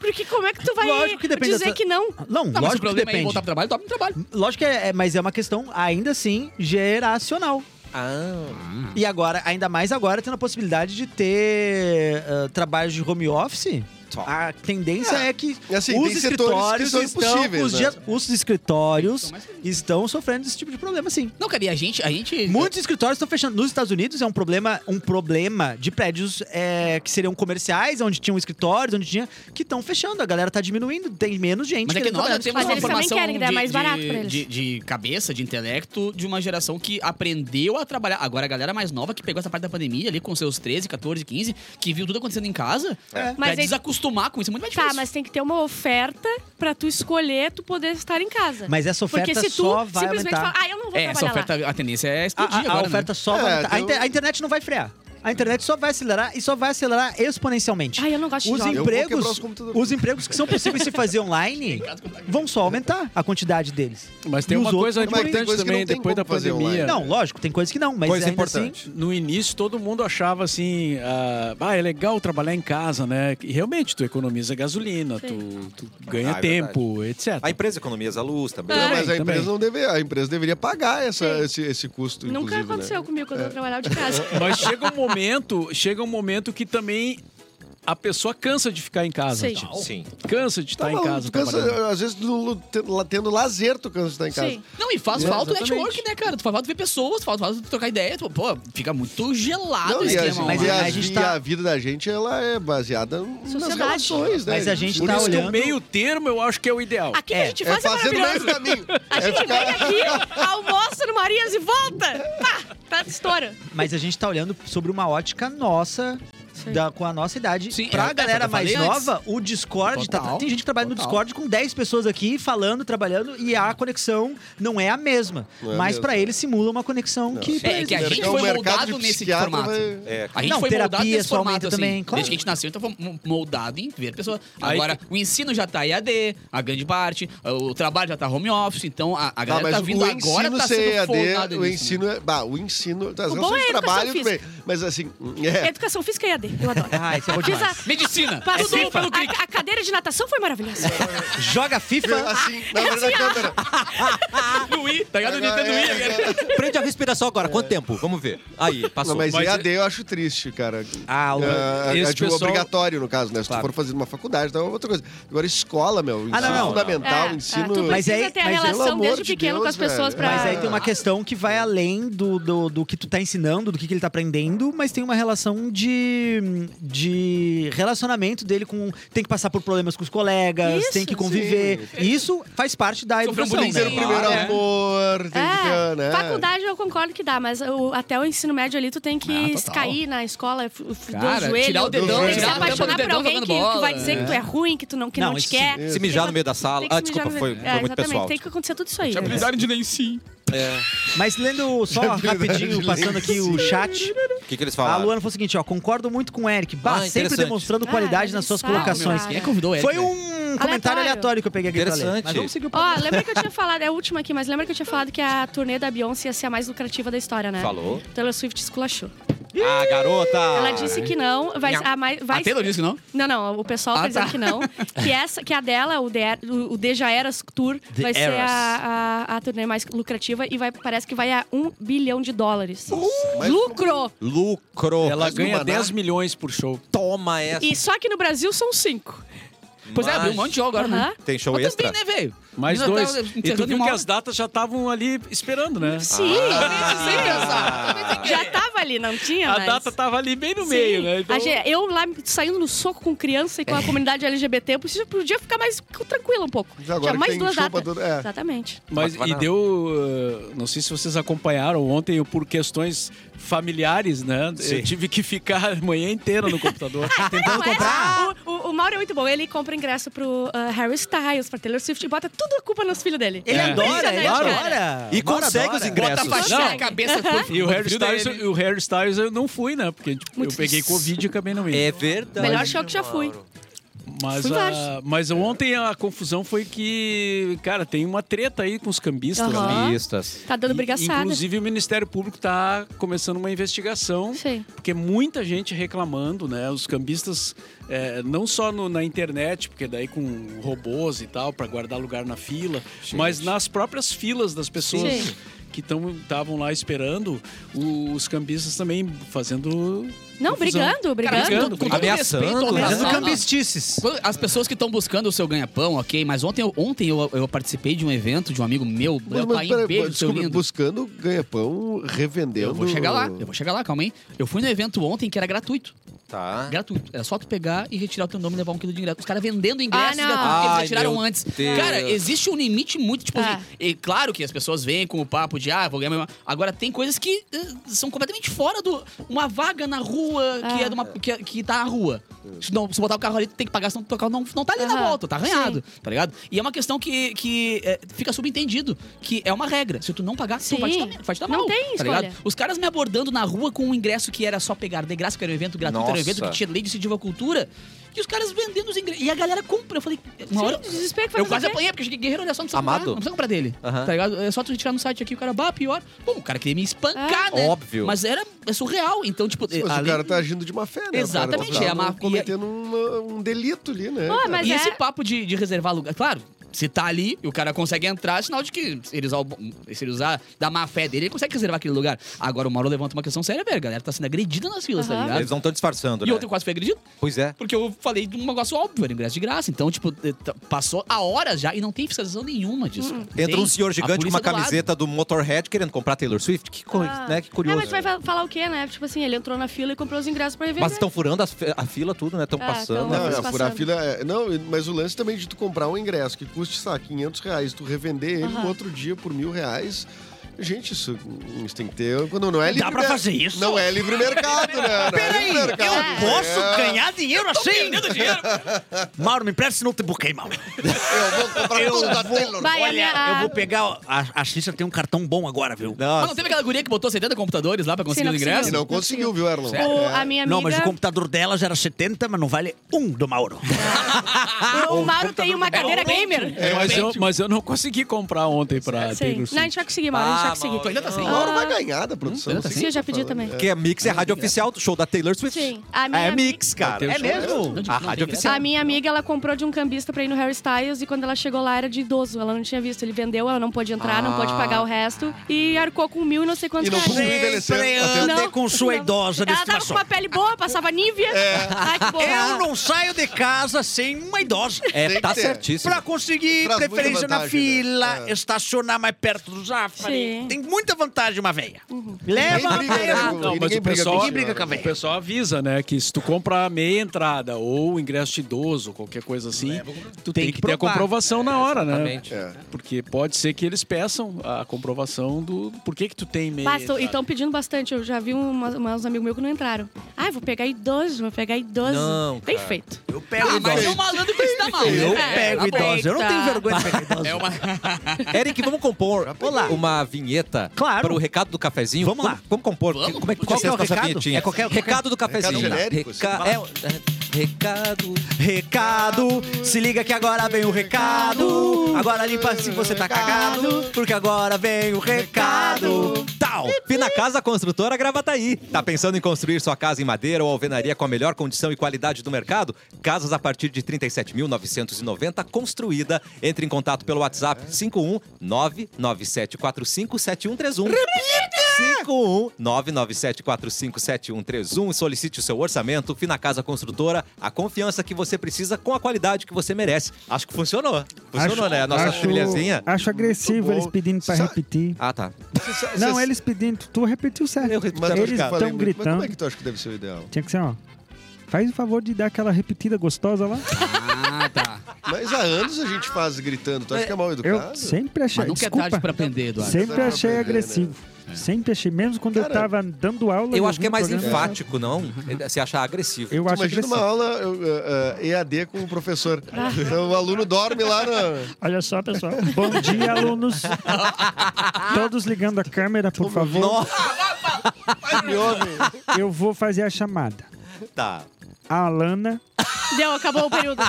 Porque como é que tu vai
Lógico que depende
dizer
dessa-
que não?
Não,
Tá, mas o
lógico que
problema é ir
depende.
voltar pro trabalho, dorme no trabalho.
Lógico que é, é- mas é uma questão, ainda assim, geracional.
Ah.
E agora, ainda mais agora, tendo a possibilidade de ter ah, trabalho de home office,
Só.
a tendência é, que
E assim,
os
tem setores que
escritórios
são
estão.
impossíveis,
os,
né?
dias- os escritórios estão sofrendo desse tipo de problema, sim.
Não, cara, e a gente. A gente
Muitos escritórios estão fechando. Nos Estados Unidos é um problema, um problema de prédios é, que seriam comerciais, onde tinham escritórios, onde tinha. que estão fechando. A galera tá diminuindo, tem menos gente.
Mas é que
querendo
nós já
trabalhar.
temos
Tipo, Mas
uma
eles também
formação
querem, né? É
de,
mais barato
de,
pra eles.
de- de cabeça, de intelecto, de uma geração que aprendeu a trabalhar. Agora, a galera mais nova que pegou essa parte da pandemia ali com seus 13, 14, 15, que viu tudo acontecendo em casa,
É.
pra
Mas aí-
desacostumar com isso é muito mais
Tá,
difícil.
mas tem que ter uma oferta pra tu escolher tu poder estar em casa.
Mas essa oferta
Porque se tu
só vai
simplesmente
aumentar.
fala, ah, eu não vou
É, essa
trabalhar
oferta, a tendência é
A,
explodir
a- a
agora, né?
oferta só
É,
vai aumentar. Então, A,
deu-
inter- a internet não vai frear. A internet só vai acelerar e só vai acelerar exponencialmente.
lá. Ah, eu não gosto de
os
jogos.
Eu vou
empregos,
quebrar os computadores.
os empregos que são possíveis de se fazer online vão só aumentar a quantidade deles.
Mas tem
E
uma
os
coisa
outros- Mas tem
importante
coisa que não
também,
tem
depois da
como fazer
pandemia.
online.
Não, lógico, tem coisas que não, mas
Coisa
ainda
importante.
assim,
No início, todo mundo achava assim: ah, ah, é legal trabalhar em casa, né? E realmente, tu economiza gasolina,
Sim.
tu, tu ganha
Ah, é
tempo, etc.
A empresa economiza a luz também.
Não, mas a
Também,
empresa
também.
não deve, a empresa deveria pagar essa,
Sim.
esse, esse custo,
Nunca
inclusive, né?
aconteceu comigo quando eu trabalhava de
(laughs)
casa.
Mas chega um momento, chega um momento que também a pessoa cansa de ficar em casa.
Sim.
tipo,
Sim.
Cansa de estar
Tá
em
maluco,
casa
tu cansa-
trabalhando.
às vezes, no- tendo, tendo lazer, tu cansa de estar em casa.
Sim.
Não, e faz
É,
falta o
exatamente.
network, né, cara? Tu faz falta ver pessoas, faz falta trocar ideia. Tu, pô, fica muito gelado o
e a,
esquema. né?
gente-
online.
mas
e
a
a,
gente
e
tá-
a vida da gente, ela é baseada nas
Sociedade.
relações, né?
Mas a gente
Por
tá
isso que
O
olhando-
meio termo eu acho que é o ideal.
Aqui que a gente
É
faz é,
fazer no meio
maravilhoso.
do caminho.
É
A gente vem aqui, almoça no Marias e volta. Pá, tá estoura.
mas a gente tá olhando sobre uma ótica nossa
Sim.
da- com a nossa idade.
Sim, é,
pra
é,
galera
eu falei
mais
antes.
nova, o Discord. tá-
Total,
tem gente que trabalha no
total.
Discord com 10 pessoas aqui, falando, trabalhando, e a conexão não é a mesma.
Não é a
mas
mesma.
pra eles simula uma conexão que. um pra
É, é
eles
que a
não.
mercado-
gente
o
foi
mercado
moldado
de
nesse tipo
psiquiatra
formato.
vai-
É,
A gente
Não,
foi moldado
terapia
nesse
só
formato,
aumenta
assim.
também, claro.
Desde que a gente nasceu, então foi mo- moldado em ver pessoas.
Aí
Agora, o ensino já tá EAD, a grande parte, o trabalho já tá home office, então a, a
Tá,
galera
mas
tá vindo
o
agora,
ensino
tá
ser
sendo
EAD,
foldado
o
nisso, né?
ensino, é- bah, o ensino, as
bom
relações
é a
de
educação
trabalho, tudo
física.
bem, mas assim, é,
Educação física e AD nada. Eu adoro.
Ah, isso é bom
Fiz
demais. É
a-
Medicina.
Passou
Tudo pelo clique.
a, a cadeira de natação foi maravilhosa.
(laughs)
Joga FIFA,
É, Assim, na frente da câmera.
Ah,
No I, tá ligado? No Nintendo I, agora.
Prende a respiração agora. Quanto tempo? Vamos ver. Aí, passou.
Não, mas,
Mas
EAD eu acho triste, cara.
Ah, o-
é,
esse
é de um
pessoal-
obrigatório, no caso, né? Se
Claro.
tu for fazer numa faculdade, então é outra coisa. Agora, escola, meu, ensino
Ah, não, não.
fundamental,
É, é,
ensino.
tu
Mas
precisa
aí-
ter a
mas pelo
relação
amor
desde
de
pequeno
Deus,
com as pessoas
velho.
pra.
É.
É, Mas aí tem uma questão que vai além do, do, do que tu tá ensinando, do que, que ele tá aprendendo, mas tem uma relação de, de relacionamento dele com. Tem que passar por problemas com os colegas,
Isso,
tem que conviver. Isso faz parte da
Sofreu um
educação.
bullyingzinho
Ter o
Sim,
Né?
primeiro
claro, é.
amor, tem que
É,
ter, né?
faculdade eu concordo que dá, mas o- até o ensino médio ali tu tem que
Ah, total.
cair na escola, f- f- deu
Cara,
o joelho,
tirar o dedão,
tem que se
tirar a tampa do
apaixonar por
dedão
alguém que,
jogando bola.
que vai dizer que tu é ruim, que tu não, que não,
Não,
te
isso-
quer.
Se mijar no meio da
Tem
sala.
que
Ah,
se
desculpa,
mijar no
foi,
meio-
foi
É,
muito
exatamente,
pessoal.
tem que acontecer tudo isso aí.
Tinha
né?
habilidade de nem sim.
Mas
(laughs)
lendo
(laughs)
só rapidinho, passando aqui o chat,
O que, que eles
a
falaram?
Luana falou o seguinte: ó, concordo muito com o Eric.
Ah,
Bah, sempre
interessante.
demonstrando
Ah,
qualidade
ele
nas suas
sabe,
colocações.
cara.
Quem é que convidou o Eric?
Foi um comentário aleatório que eu peguei aqui pra ler. Mas
Interessante.
vamos seguir o
Ó, lembra que eu tinha falado, é a última aqui, mas lembra que eu tinha falado que a turnê da Beyoncé ia ser a mais lucrativa da história, né?
Falou.
Taylor Swift esculachou.
Ah, é? garota!
Ela disse que não, vai, a mais, vai
A Taylor disse que não?
Não, não, o pessoal tá,
Ah,
dizendo
tá.
que não. Que, essa, que a dela, o, The, o Deja Eras Tour, vai ser a, a, a turnê mais lucrativa e vai, parece que vai a um bilhão de dólares.
mas-
Lucro!
Lucro.
Ela
Mas né?
ganha
Lumaná
10 milhões por show.
Toma essa.
E só que no Brasil são cinco.
Pois é, abriu um monte de show agora, né?
Aham.
Tem show
Mas
extra?
também, né, velho?
Mais
Menina,
dois.
tá
E tu
encerrando em
viu
uma
que
hora.
as datas já estavam ali esperando, né?
Sim!
Sem pensar.
Já tava ali, não tinha
A
mais.
data tava ali bem no
Sim.
meio, né? Então,
A gente- eu lá saindo no soco com criança e com
É.
a comunidade LGBT, eu preciso- podia ficar mais tranquila um pouco.
Mas agora
Tinha
que
mais
tem
duas
show pra
datas.
todo- é.
Exatamente.
Mas
Vai
e
na-
deu. uh, Não sei se vocês acompanharam ontem, eu, por questões familiares, né? Eu tive que ficar a manhã inteira no
(laughs)
computador.
Não, essa- O, o- o Mauro é muito bom. Ele compra ingresso pro ah, Harry Styles, pra Taylor Swift e bota tudo a culpa nos filhos dele.
Ele
É
adora, ele
impressionante,
adora.
cara.
E
Mauro
consegue os
adora.
ingressos.
Bota a faixinha
Não. (laughs)
na cabeça.
(laughs) e o Harry,
Frio
Styles,
dele.
o Harry Styles eu não fui, né? Porque tipo, eu
Muito
peguei
difícil.
Covid e acabei não indo.
É verdade.
Melhor show que já fui.
Mas,
Fui
a-
vários.
mas ontem a confusão foi que, cara, tem uma treta aí com os cambistas.
Aham.
né?
Listas.
Tá dando
E-
brigaçada.
Inclusive, o Ministério Público está começando uma investigação,
Sim.
porque muita gente reclamando, né? Os cambistas, é, não só no- na internet, porque daí com robôs e tal, para guardar lugar na fila, mas nas próprias filas das pessoas.
Sim.
Que estavam lá esperando, o- os cambistas também fazendo.
Não,
confusão.
brigando,
Cara,
brigando.
brigando.
com todo- com todo
Ameaçando,
respeito,
né?
Fazendo
ameaçando.
cambistices.
Quando- As pessoas que estão buscando o seu ganha-pão, ok, mas ontem, eu- ontem eu, eu participei de um evento de um amigo meu,
Mas,
Léo
mas,
Paim,
peraí,
beijo, seu
desculpa,
lindo.
buscando ganha-pão, revendendo.
Eu vou chegar lá, eu vou chegar lá, calma aí. Eu fui no evento ontem que era gratuito.
Tá.
Gratuito. Era só tu pegar e retirar o teu nome e levar um quilo de ingresso. Os caras vendendo
Ah,
ingressos
não.
gratuitos que eles
Ai,
retiraram
meu
antes.
Deus.
Cara, existe um limite muito, tipo
Ah.
assim. E claro que as pessoas vêm com o papo de, ah, vou ganhar meu. Agora tem coisas que eh, são completamente fora do. Uma vaga na rua que
Ah.
é de uma. Que, que tá na rua. Se, não, se botar o carro ali, tu tem que pagar, senão o teu carro não, não tá ali na
Aham.
volta, tá arranhado, tá ligado? E é uma questão que, que eh, fica subentendido, que é uma regra. Se tu não pagar, tu vai te
Sim.
dar, vai te dar
Não
mal.
tem
tá
escolha.
ligado? Os caras me abordando na rua com um ingresso que era só pegar de graça, que era um evento gratuito, era um
Nossa.
evento que tinha lei de incentivo à cultura. E os caras vendendo os ingressos. E a galera compra. Eu falei, uma
Sim,
hora.
desespero que vai
Eu
fazer
quase
o quê?
apanhei, porque eu cheguei, guerreiro, olha só, um não precisa
Amado.
comprar. Não precisa comprar dele.
Aham.
Tá ligado? É só tu retirar no site aqui, o cara, bah, pior. Bom, o cara queria me espancar, né?
Óbvio.
Mas era é surreal. Então, tipo.
Mas o
além-
cara tá agindo de má fé, né?
Exatamente,
O cara
é má-
tá cometendo um, um delito ali, né?
Ah,
cara?
mas
E
é-
esse papo de, de reservar lugar, claro, se tá ali e o cara consegue entrar, é sinal de que se ele, usar, o bo- se ele usar da má fé dele, ele consegue reservar aquele lugar. Agora o Mauro levanta uma questão séria, velho. A galera tá sendo agredida nas filas, tá
Aham.
ligado?
Eles não estão disfarçando,
E
né?
ontem eu quase fui agredido,
Pois é.
porque eu falei de um negócio óbvio, era ingresso de graça. Então, tipo, eh, tá- passou a hora já e não tem fiscalização nenhuma disso.
Hum.
cara.
Entra
Tem
um senhor
a
gigante com uma
polícia do lado.
camiseta do Motorhead querendo comprar Taylor Swift. Que, co-
Ah.
né? que
Não,
curioso.
mas tu vai fa- falar o quê, né? Tipo assim, ele entrou na fila e comprou os ingressos pra revender.
Mas
(laughs)
então, estão furando as fi- a fila, tudo, né? Estão
É,
passando.
tão-
Não,
Mas
é, furar a
passando.
fila. é- não, e- mas o lance também de tu comprar um ingresso que custe, sei lá, 500 reais, tu revender ele
Aham.
no outro dia por mil reais. Gente, isso, isso tem que ter. Quando não é livre.
pra
mer-
fazer isso?
Não é livre mercado, né? Não é livre mercado. É.
eu
Posso ganhar dinheiro assim? (laughs) Mauro, me empresta esse notebook aí, Mauro.
Eu vou comprar tudo da Taylor.
Vai, a minha-
Eu vou pegar. A, a Xuxa tem um cartão bom agora, viu?
Mas não teve aquela guria que botou 70 computadores lá pra conseguir
não
o
conseguiu.
ingresso?
E não conseguiu, viu, Erlon? É.
O- a minha amiga.
Não, mas o computador dela já era 70, mas não vale um do Mauro.
o Mauro tem uma cadeira gamer.
É, mas, eu, mas eu não consegui comprar ontem pra
Sim.
Taylor Swift.
Não, a gente vai conseguir, Mauro. A deixar que seguir.
Tu ainda tá sem?
O Mauro vai ganhar da produção.
Hum,
não
tá
sei
Sim, eu já
o que tá
pedi
falando.
também.
Porque a Mix é a rádio oficial do show da Taylor Swift.
Sim. A minha
É
amiga-
Mix, cara.
É mesmo?
A rádio oficial.
A minha amiga, ela comprou de um cambista pra ir no Harry Styles e quando ela chegou lá era de idoso. Ela não tinha visto. Ele vendeu, ela não pôde entrar, não pôde pagar o resto e arcou com mil e não sei quantos
E não
reais.
conseguiu envelhecer.
Sempre
até-
ande
Não,
com sua
não.
idosa
Ela
nesse
tava com
tração.
uma pele boa, passava nívea. Ai, que boa.
Eu não saio de casa sem uma idosa.
É,
Tem
tá
que ter.
certíssimo.
Pra conseguir
Traz muita
preferência na
vantagem,
fila,
né? É.
estacionar mais perto do
Sim.
Zafari. Tem muita vantagem uma veia. Leva a
Ninguém briga,
veia
né,
junto.
com-
Não,
e
mas
ninguém
o pessoal,
briga com a senhora.
com a velha.
o pessoal avisa, né? Que se tu compra a meia entrada ou o ingresso de idoso, qualquer coisa assim, tu tem,
Tem que
que, ter a
provar.
comprovação na hora, né?
exatamente.
É.
Porque pode ser que eles peçam a comprovação do por que, que tu tem meia.
Basta, e
entrada.
estão
(laughs)
então, pedindo bastante. Eu já vi um, uma- uma- uns amigos meus que não entraram. Ah, vou pegar idoso, vou pegar idoso.
Não,
Bem feito.
Eu pego
Ah, mas é um
idosa.
malandro que se
tá
dá mal.
Eu
né?
pego
Tá bom.
idosa. Eu não tenho
Eita.
vergonha de pegar idosa.
É uma...
(laughs) Eric, vamos compor
Olá.
uma vinheta
Claro.
para o recado do cafezinho.
Vamos lá.
Como- Vamos compor.
Vamos.
Como é que
Qual
você
que é o
essa
recado?
vinhetinha?
É qualquer-
recado do cafezinho.
Recado genérico,
Reca-
assim.
é o- é, recado.
Recado, se liga que agora vem o recado. Agora limpa se você tá cagado, porque agora vem o recado.
Tal. Fina Casa Construtora Gravataí. Tá pensando em construir sua casa em madeira ou alvenaria com a melhor condição e qualidade do mercado? Casas a partir de 37.990 construída. Entre em contato pelo WhatsApp 51997457131. Repita! 51997457131. Solicite o seu orçamento. Fina Casa Construtora, a confiança que você precisa com a qualidade que você merece. Acho que funcionou. Funcionou, né? A nossa
acho,
trilhazinha.
Acho
Muito
agressivo
bom.
eles pedindo pra
Sa-
repetir.
Ah, tá.
Não, eles pedindo. Tu repetiu certo.
Eu repeti
Mas
eles
eu tá
estão
falei muito, Mas como
gritando.
é que tu acha que deve ser o ideal?
Tinha que ser, ó. Faz o favor de dar aquela repetida gostosa lá.
Ah, tá.
Mas há anos a gente faz gritando. Tu acha que é mal
Eu
educado?
sempre achei.
Mas nunca é
desculpa,
tarde pra aprender, Eduardo.
sempre
Dá pra
achei
aprender, né? É.
agressivo. Sempre achei. Mesmo quando eu
Cara,
tava dando aula.
Eu
e
acho que é
ouvindo
mais
o programa,
enfático, não?
Uhum.
Se achar agressivo.
Eu
Tu
acho
Imagina
agressivo.
uma aula eu, uh, uh, EAD com o professor.
Ah.
Então o aluno dorme lá na.
Olha só, pessoal. Bom dia, alunos. (laughs) Todos ligando a câmera, por
um
favor.
Me ouve.
Eu vou fazer a chamada.
Tá.
A Alana,
Deu, acabou o período.
(laughs)
é,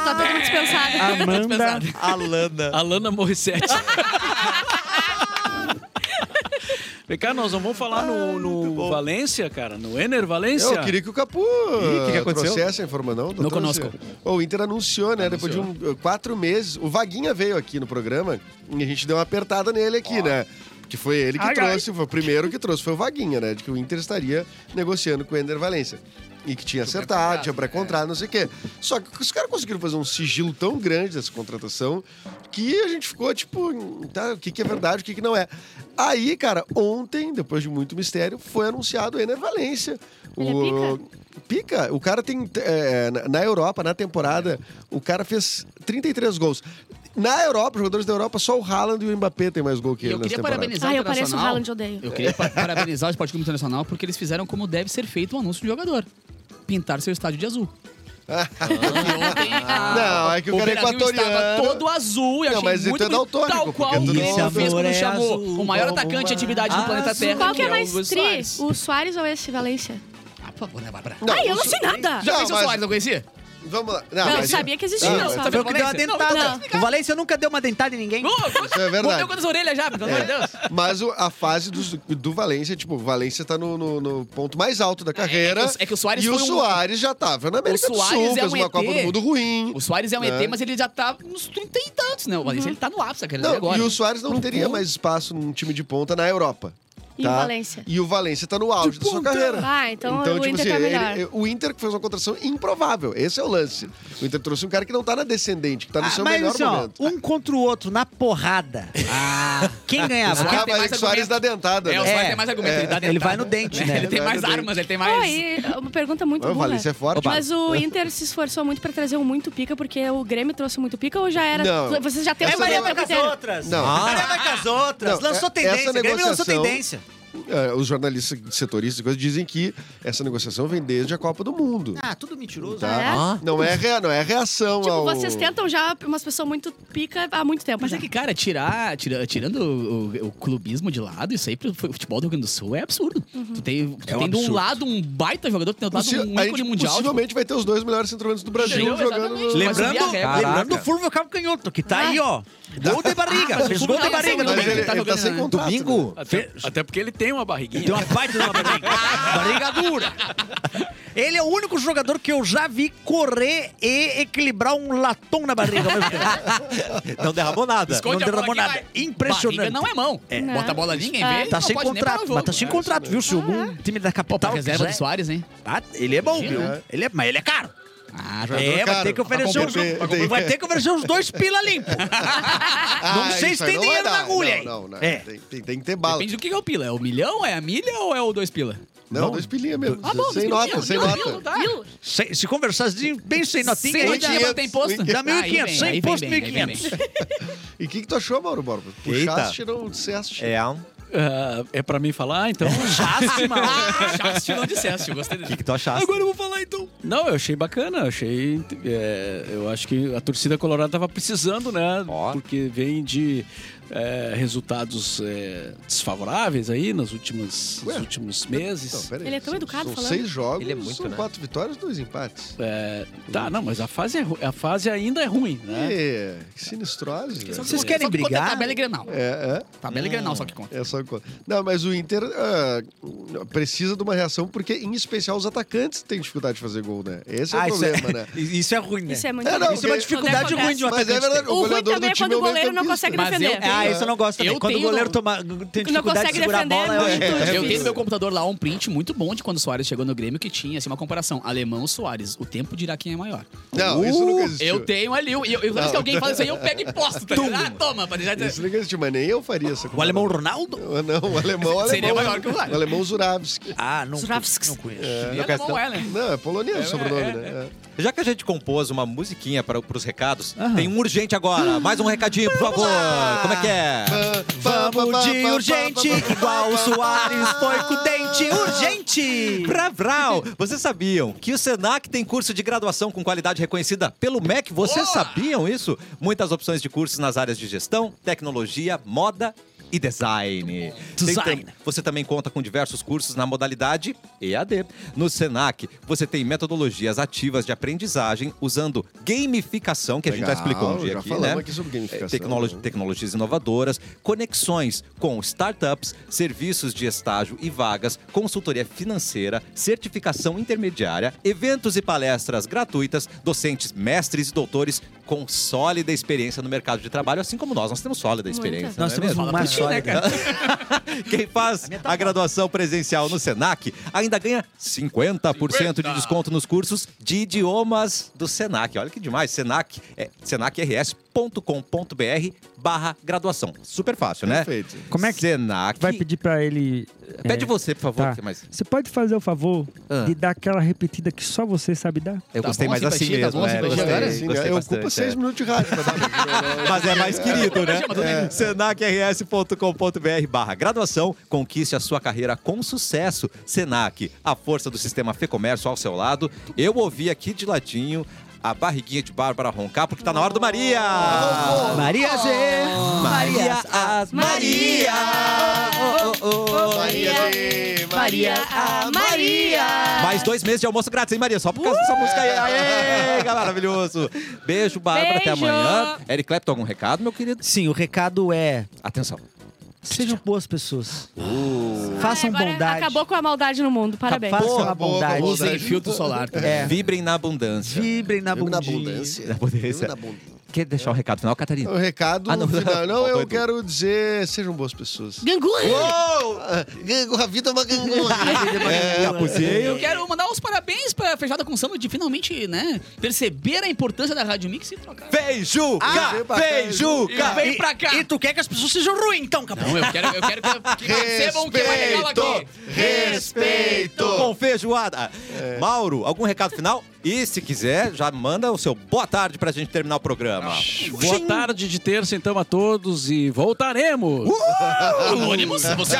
tá todo mundo dispensado.
a Amanda,
Alana.
Alana Morissette. Vem cá, nós não vamos falar no, no Valência, cara, no Ener Valência.
Ah, Eu queria que o Capu
Ih, o que que
uh,
aconteceu?
trouxesse a informação.
Não conosco.
O Inter anunciou, né? Depois de um, uh, quatro meses. O Vaguinha veio aqui no programa e a gente deu uma apertada nele aqui, né? Que foi ele que
Ai, ai.
trouxe, foi o primeiro que trouxe foi o Vaguinha, né? De que o Inter estaria negociando com o Ender Valência. E que tinha acertado, tinha
é.
pré-contrato, não sei o quê. Só que os caras conseguiram fazer um sigilo tão grande dessa contratação que a gente ficou tipo, tá, o que, que é verdade, o que, que não é. Aí, cara, ontem, depois de muito mistério, foi anunciado o Ener Valência.
Ele é
o... Pica, o cara tem. é, na- na Europa, na temporada, o cara fez 33 gols. Na Europa, os jogadores da Europa, só o Haaland e o Mbappé tem mais gol que
E
ele
eu
nessa
queria
temporada.
parabenizar
Ah,
o
eu pareço o
Internacional.
Haaland, odeio.
Eu queria pa- parabenizar o Esporte Clube Internacional porque eles fizeram como deve ser feito o anúncio do jogador. Pintar seu estádio de azul.
Não, é que o cara é
Brasil estava
equatoriano.
todo azul e
Não,
achei
mas
muito
então é
bonito,
daltônico,
tal qual o
porque
Luiz
todo
mundo-
fez quando
Esse amor é
chamou
azul,
o maior
vamos
atacante de
lá.
atividade do planeta Terra.
Qual que é
o
mais
Luiz
tri?
Soares.
O Soares ou esse Valência?
Ah, por favor, né, Bárbara?
Ai, eu não sei nada.
Já
Não,
conhecia o
mas-
Soares, não conhecia?
Vamos lá.
Não,
mas- tá
sabia que existia,
Não,
não,
mas-
sabe?
foi o que deu uma
Valência? Não,
dentada.
não.
o Valência nunca deu uma dentada em ninguém.
Isso é verdade. É,
Mordeu quantas orelhas já, pelo amor de Deus.
Mas o- a fase dos- do, Valência, tipo, o Valência tá no, no- no ponto mais alto da carreira.
é que o- é que o Suárez
E o
foi um-
Soares já tava na América
O
do
Suárez
Sul,
é
fez
um
uma
ET.
Copa do Mundo ruim.
O Soares é um ET,
Né?
mas ele já tá nos 30 e tantos, né? O Valência, ele tá no ápice, cara. ele é
Uhum. Não,
agora.
e o Soares não
Não
teria
foi.
mais espaço num time de ponta na Europa.
E o
tá?
Valência?
E o Valência tá no auge da sua carreira. tipo assim,
Ah, então o Inter tá melhor.
ele- o Inter que fez uma contratação improvável. Esse é o lance. O Inter trouxe um cara que não tá na descendente, que tá no
Ah,
seu
mas
melhor
assim, ó,
momento.
um contra o outro, na porrada. Quem ganhava?
Soares
Ah,
tem
mas é
mais
que o Soares dá
argumento.
dentada,
É, o
né?
Soares
É,
tem mais argumento, ele dá
Ele vai no
dentada.
dente, né?
Ele tem mais
Ele vai no
armas, ele tem
Pô,
mais...
e uma pergunta muito
Ah, o
burra.
Valência é forte.
Mas o Inter se esforçou muito pra trazer o muito pica, porque o Grêmio trouxe o muito pica ou já era.
Não.
Vocês já têm
Essa
o
não
Maria
é
Maria
Não.
A
Ah.
vai com as outras.
Não,
Lançou
é, essa
tendência. O Grêmio lançou
negociação-
tendência.
eh, os jornalistas setoristas e coisas dizem que essa negociação vem desde a Copa do Mundo.
Ah, tudo mentiroso.
Tá?
é?
Ah.
Não, é rea- não é reação
Tipo,
ao...
vocês tentam já umas pessoas muito pica há muito tempo.
Mas
já.
é que, cara, tirar, tira- tirando o, o- o clubismo de lado, isso aí pro fu- futebol do Rio Grande do Sul é absurdo. Tu tem, tu
É um
tem de um
absurdo.
lado um baita jogador, tu tem do outro
Possi-
lado um
a
ícone
gente
mundial.
possivelmente vai ter os dois melhores centroavantes do Brasil
Entendeu?
jogando...
Exatamente.
no-
Mas
Lembrando,
sabia é a regra.
lembrando
Lembrando do Furvo Cabo Canhoto, que tá
Ah.
aí, ó. Gol de barriga. Fez gol de barriga
Mas
também.
ele,
tá
ele tá
jogando,
sem
né?
contrato. né?
Domingo,
Até, até porque ele tem uma barriguinha.
Tem uma baita de
(laughs)
uma barriga. barriga dura. Ele é o único jogador que eu já vi correr e equilibrar um latom na barriga. ao mesmo
(laughs)
tempo.
não derramou nada.
Esconde
Não
a bola
derramou
aqui,
nada.
vai.
Impressionante.
Barriga não é mão.
Não.
Bota a bola ali, ninguém
É.
vê.
Tá
não
sem
pode nem parar o
contrato,
jogo.
mas tá sem contrato, viu? Se algum time da
Opa,
capital
reserva do
quiser-
Soares, hein?
Ah, ele é bom, viu?
É.
Ele é, mas ele é caro.
Ah, tá.
Jogador
É, vai
caro.
ter que oferecer
Pra
uns,
comprar- pra comprar-
vai ter que oferecer uns dois pila limpo. não
(laughs) Ah,
sei
isso
se
aí
tem
não vai
dinheiro na
dar.
agulha aí.
Não, não, não.
É.
Tem, tem- tem que ter bala.
Depende do que que é o pila. É o milhão, é a milha ou é o dois pila? Ah,
Não, dois pilinhas mesmo. sem
dois
nota,
pilinhas.
sem
Não,
nota.
não, tá.
Se, se conversarzinho bem sem notinha,
Sem
aí
notinha,
dá-
mas tem imposto?
Dá 1.500,
Aí vem,
sem
aí vem
imposto,
bem, aí vem bem.
1.500.
E o que, que tu achou, Mauro Borba?
Eita.
Puxaste, não disseste.
É um.
Ah, é pra mim falar, então?
Ah, já se não disseste, eu gostei
O que,
dele.
que tu achaste?
eu vou falar então.
Não, eu achei bacana, eu achei. é, eu acho que a torcida colorada tava precisando, né?
Ó.
Porque vem de é, resultados é, desfavoráveis aí nos últimos, nos
Ué.
últimos meses.
Não, peraí.
Ele é tão
São-
educado
são
falando.
seis jogos,
Ele é muito,
são
né?
quatro vitórias, dois empates.
É, tá, não, mas a fase, é, ru- a fase ainda é ruim, né?
É, que sinistrose, velho.
Vocês querem
só que conta
brigar?
Tabela e Grenal.
É,
Tabela e Grenal só que conta.
é, é só co- Não, mas o Inter ah, precisa de uma reação, porque em especial os atacantes têm dificuldade de fazer gol, né? Esse é o
Ah, isso,
problema, né?
é, (laughs) isso é ruim, né?
Isso é muito
É, não,
difícil.
Isso é uma dificuldade
Acontece.
ruim de um
Mas é
atacante.
verdade, o
O ruim
goleiro
também é quando o goleiro não consegue
Mas eu
defender.
tenho-
Ah, isso eu não gosto também.
Eu
Quando o
tenho-
goleiro toma, tem
Não
dificuldade de
consegue
segurar a bola, é
defender,
horrível.
muito
Eu tenho no
difícil.
meu computador lá um print muito bom de quando o Soares chegou no Grêmio que tinha assim, uma comparação. Alemão Soares, o tempo dirá quem é maior.
Não, isso
Uh!
nunca existiu.
Eu tenho ali. Eu, eu, toda vez que alguém fala isso aí, eu pego e posto. Tá ligado? ah, toma, pra deixar de...
Isso nunca existiu, mas nem eu faria essa
O alemão Ronaldo?
Não, o alemão, o alemão.
Seria maior que o Vale.
O alemão Zuravski.
Ah, não,
Zurawski.
não conheço.
Não,
quero-
não, é, né?
Não, é polonês o sobrenome, né? É.
Já que a gente compôs uma musiquinha para os recados, tem um urgente agora. Mais um recadinho, por favor. Como é que é?
Vamos de urgente, igual o Soares foi com o dente. Urgente!
Pra Vral, vocês sabiam que o Senac tem curso de graduação com qualidade reconhecida pelo MEC? Vocês
Boa!
sabiam isso? Muitas opções de cursos nas áreas de gestão, tecnologia, moda e design. Tem
Design.
tam- você também conta com diversos cursos na modalidade EAD. No Senac, você tem metodologias ativas de aprendizagem usando gamificação, que a gente já
Legal,
explicou um dia
já
aqui,
falamos
né?
aqui sobre gamificação. né?
É, tecnolo- tecnologias inovadoras, conexões com startups, serviços de estágio e vagas, consultoria financeira, certificação intermediária, eventos e palestras gratuitas, docentes, mestres e doutores com sólida experiência no mercado de trabalho, assim como nós. Nós temos sólida
Muita.
experiência.
Nós
não é
temos
mesmo?
uma sólida.
Quem faz a graduação presencial no Senac ainda ganha 50% de desconto nos cursos de idiomas do Senac. Olha que demais, Senac é senacrs.com.br barra graduação. Super fácil, né?
Perfeito.
Como é que
Senac...
Vai pedir pra ele.
Pede
é,
você, por favor.
tá.
que mais-
Você pode fazer o favor
Ah.
de dar aquela repetida que só você sabe dar?
Eu
Tá
gostei
bom,
mais assim
simpatia, tá
mesmo.
bom,
é,
simpatia.
gostei,
Agora
Ei,
sim,
gostei
eu
bastante,
ocupo seis
é.
minutos de rádio, mas tá
Mas é mais querido, né?
Chama, tudo bem.
É. Senacrs.com.br barra graduação. Conquiste a sua carreira com sucesso. Senac, a força do sistema Fê Comércio ao seu lado. Eu ouvi aqui de ladinho a barriguinha de Bárbara roncar, porque tá na hora do Maria!
Maria Z.
Maria as Maria!
Maria D,
Maria, a Maria.
Mais dois meses de almoço grátis, hein, Maria? Só por causa dessa música aí. Aê, que maravilhoso! Beijo, Bárbara, até
Beijo.
amanhã. Eric Clapton, algum recado, meu querido?
Sim, o recado é:
Atenção.
sejam boas pessoas. Façam
Uh. Ai, agora
bondade.
Acabou com a maldade no mundo. Parabéns.
Façam a
Acabou,
bondade.
acabou.
Usem filtro solar. tá?
É,
Vibrem na abundância.
vibrem na
Vivo na
bundinha.
abundância.
Na abundância.
Vivo na abundância.
Quer deixar o recado final, Catarina?
O recado
Ah, não.
não. final. Não,
Faltou
eu
Edu.
quero dizer, sejam boas pessoas.
Gangorra.
A vida é uma
(laughs)
gangorra.
é
É.
Eu quero mandar uns parabéns pra Feijada com Samba de finalmente, né, perceber a importância da Rádio Mix e trocar.
Feijuca! Feijuca!
Vem pra cá!
E tu quer que as pessoas sejam ruins, então, capaz?
Não, eu quero, eu quero que, que percebam que é mais legal aqui.
Respeito! Respeito! É.
Com feijoada. Mauro, algum recado final? E se quiser, já manda o seu boa tarde pra gente terminar o programa.
Boa tarde de terça, então, a todos e voltaremos!
Uh!
(laughs) Anônimos, você...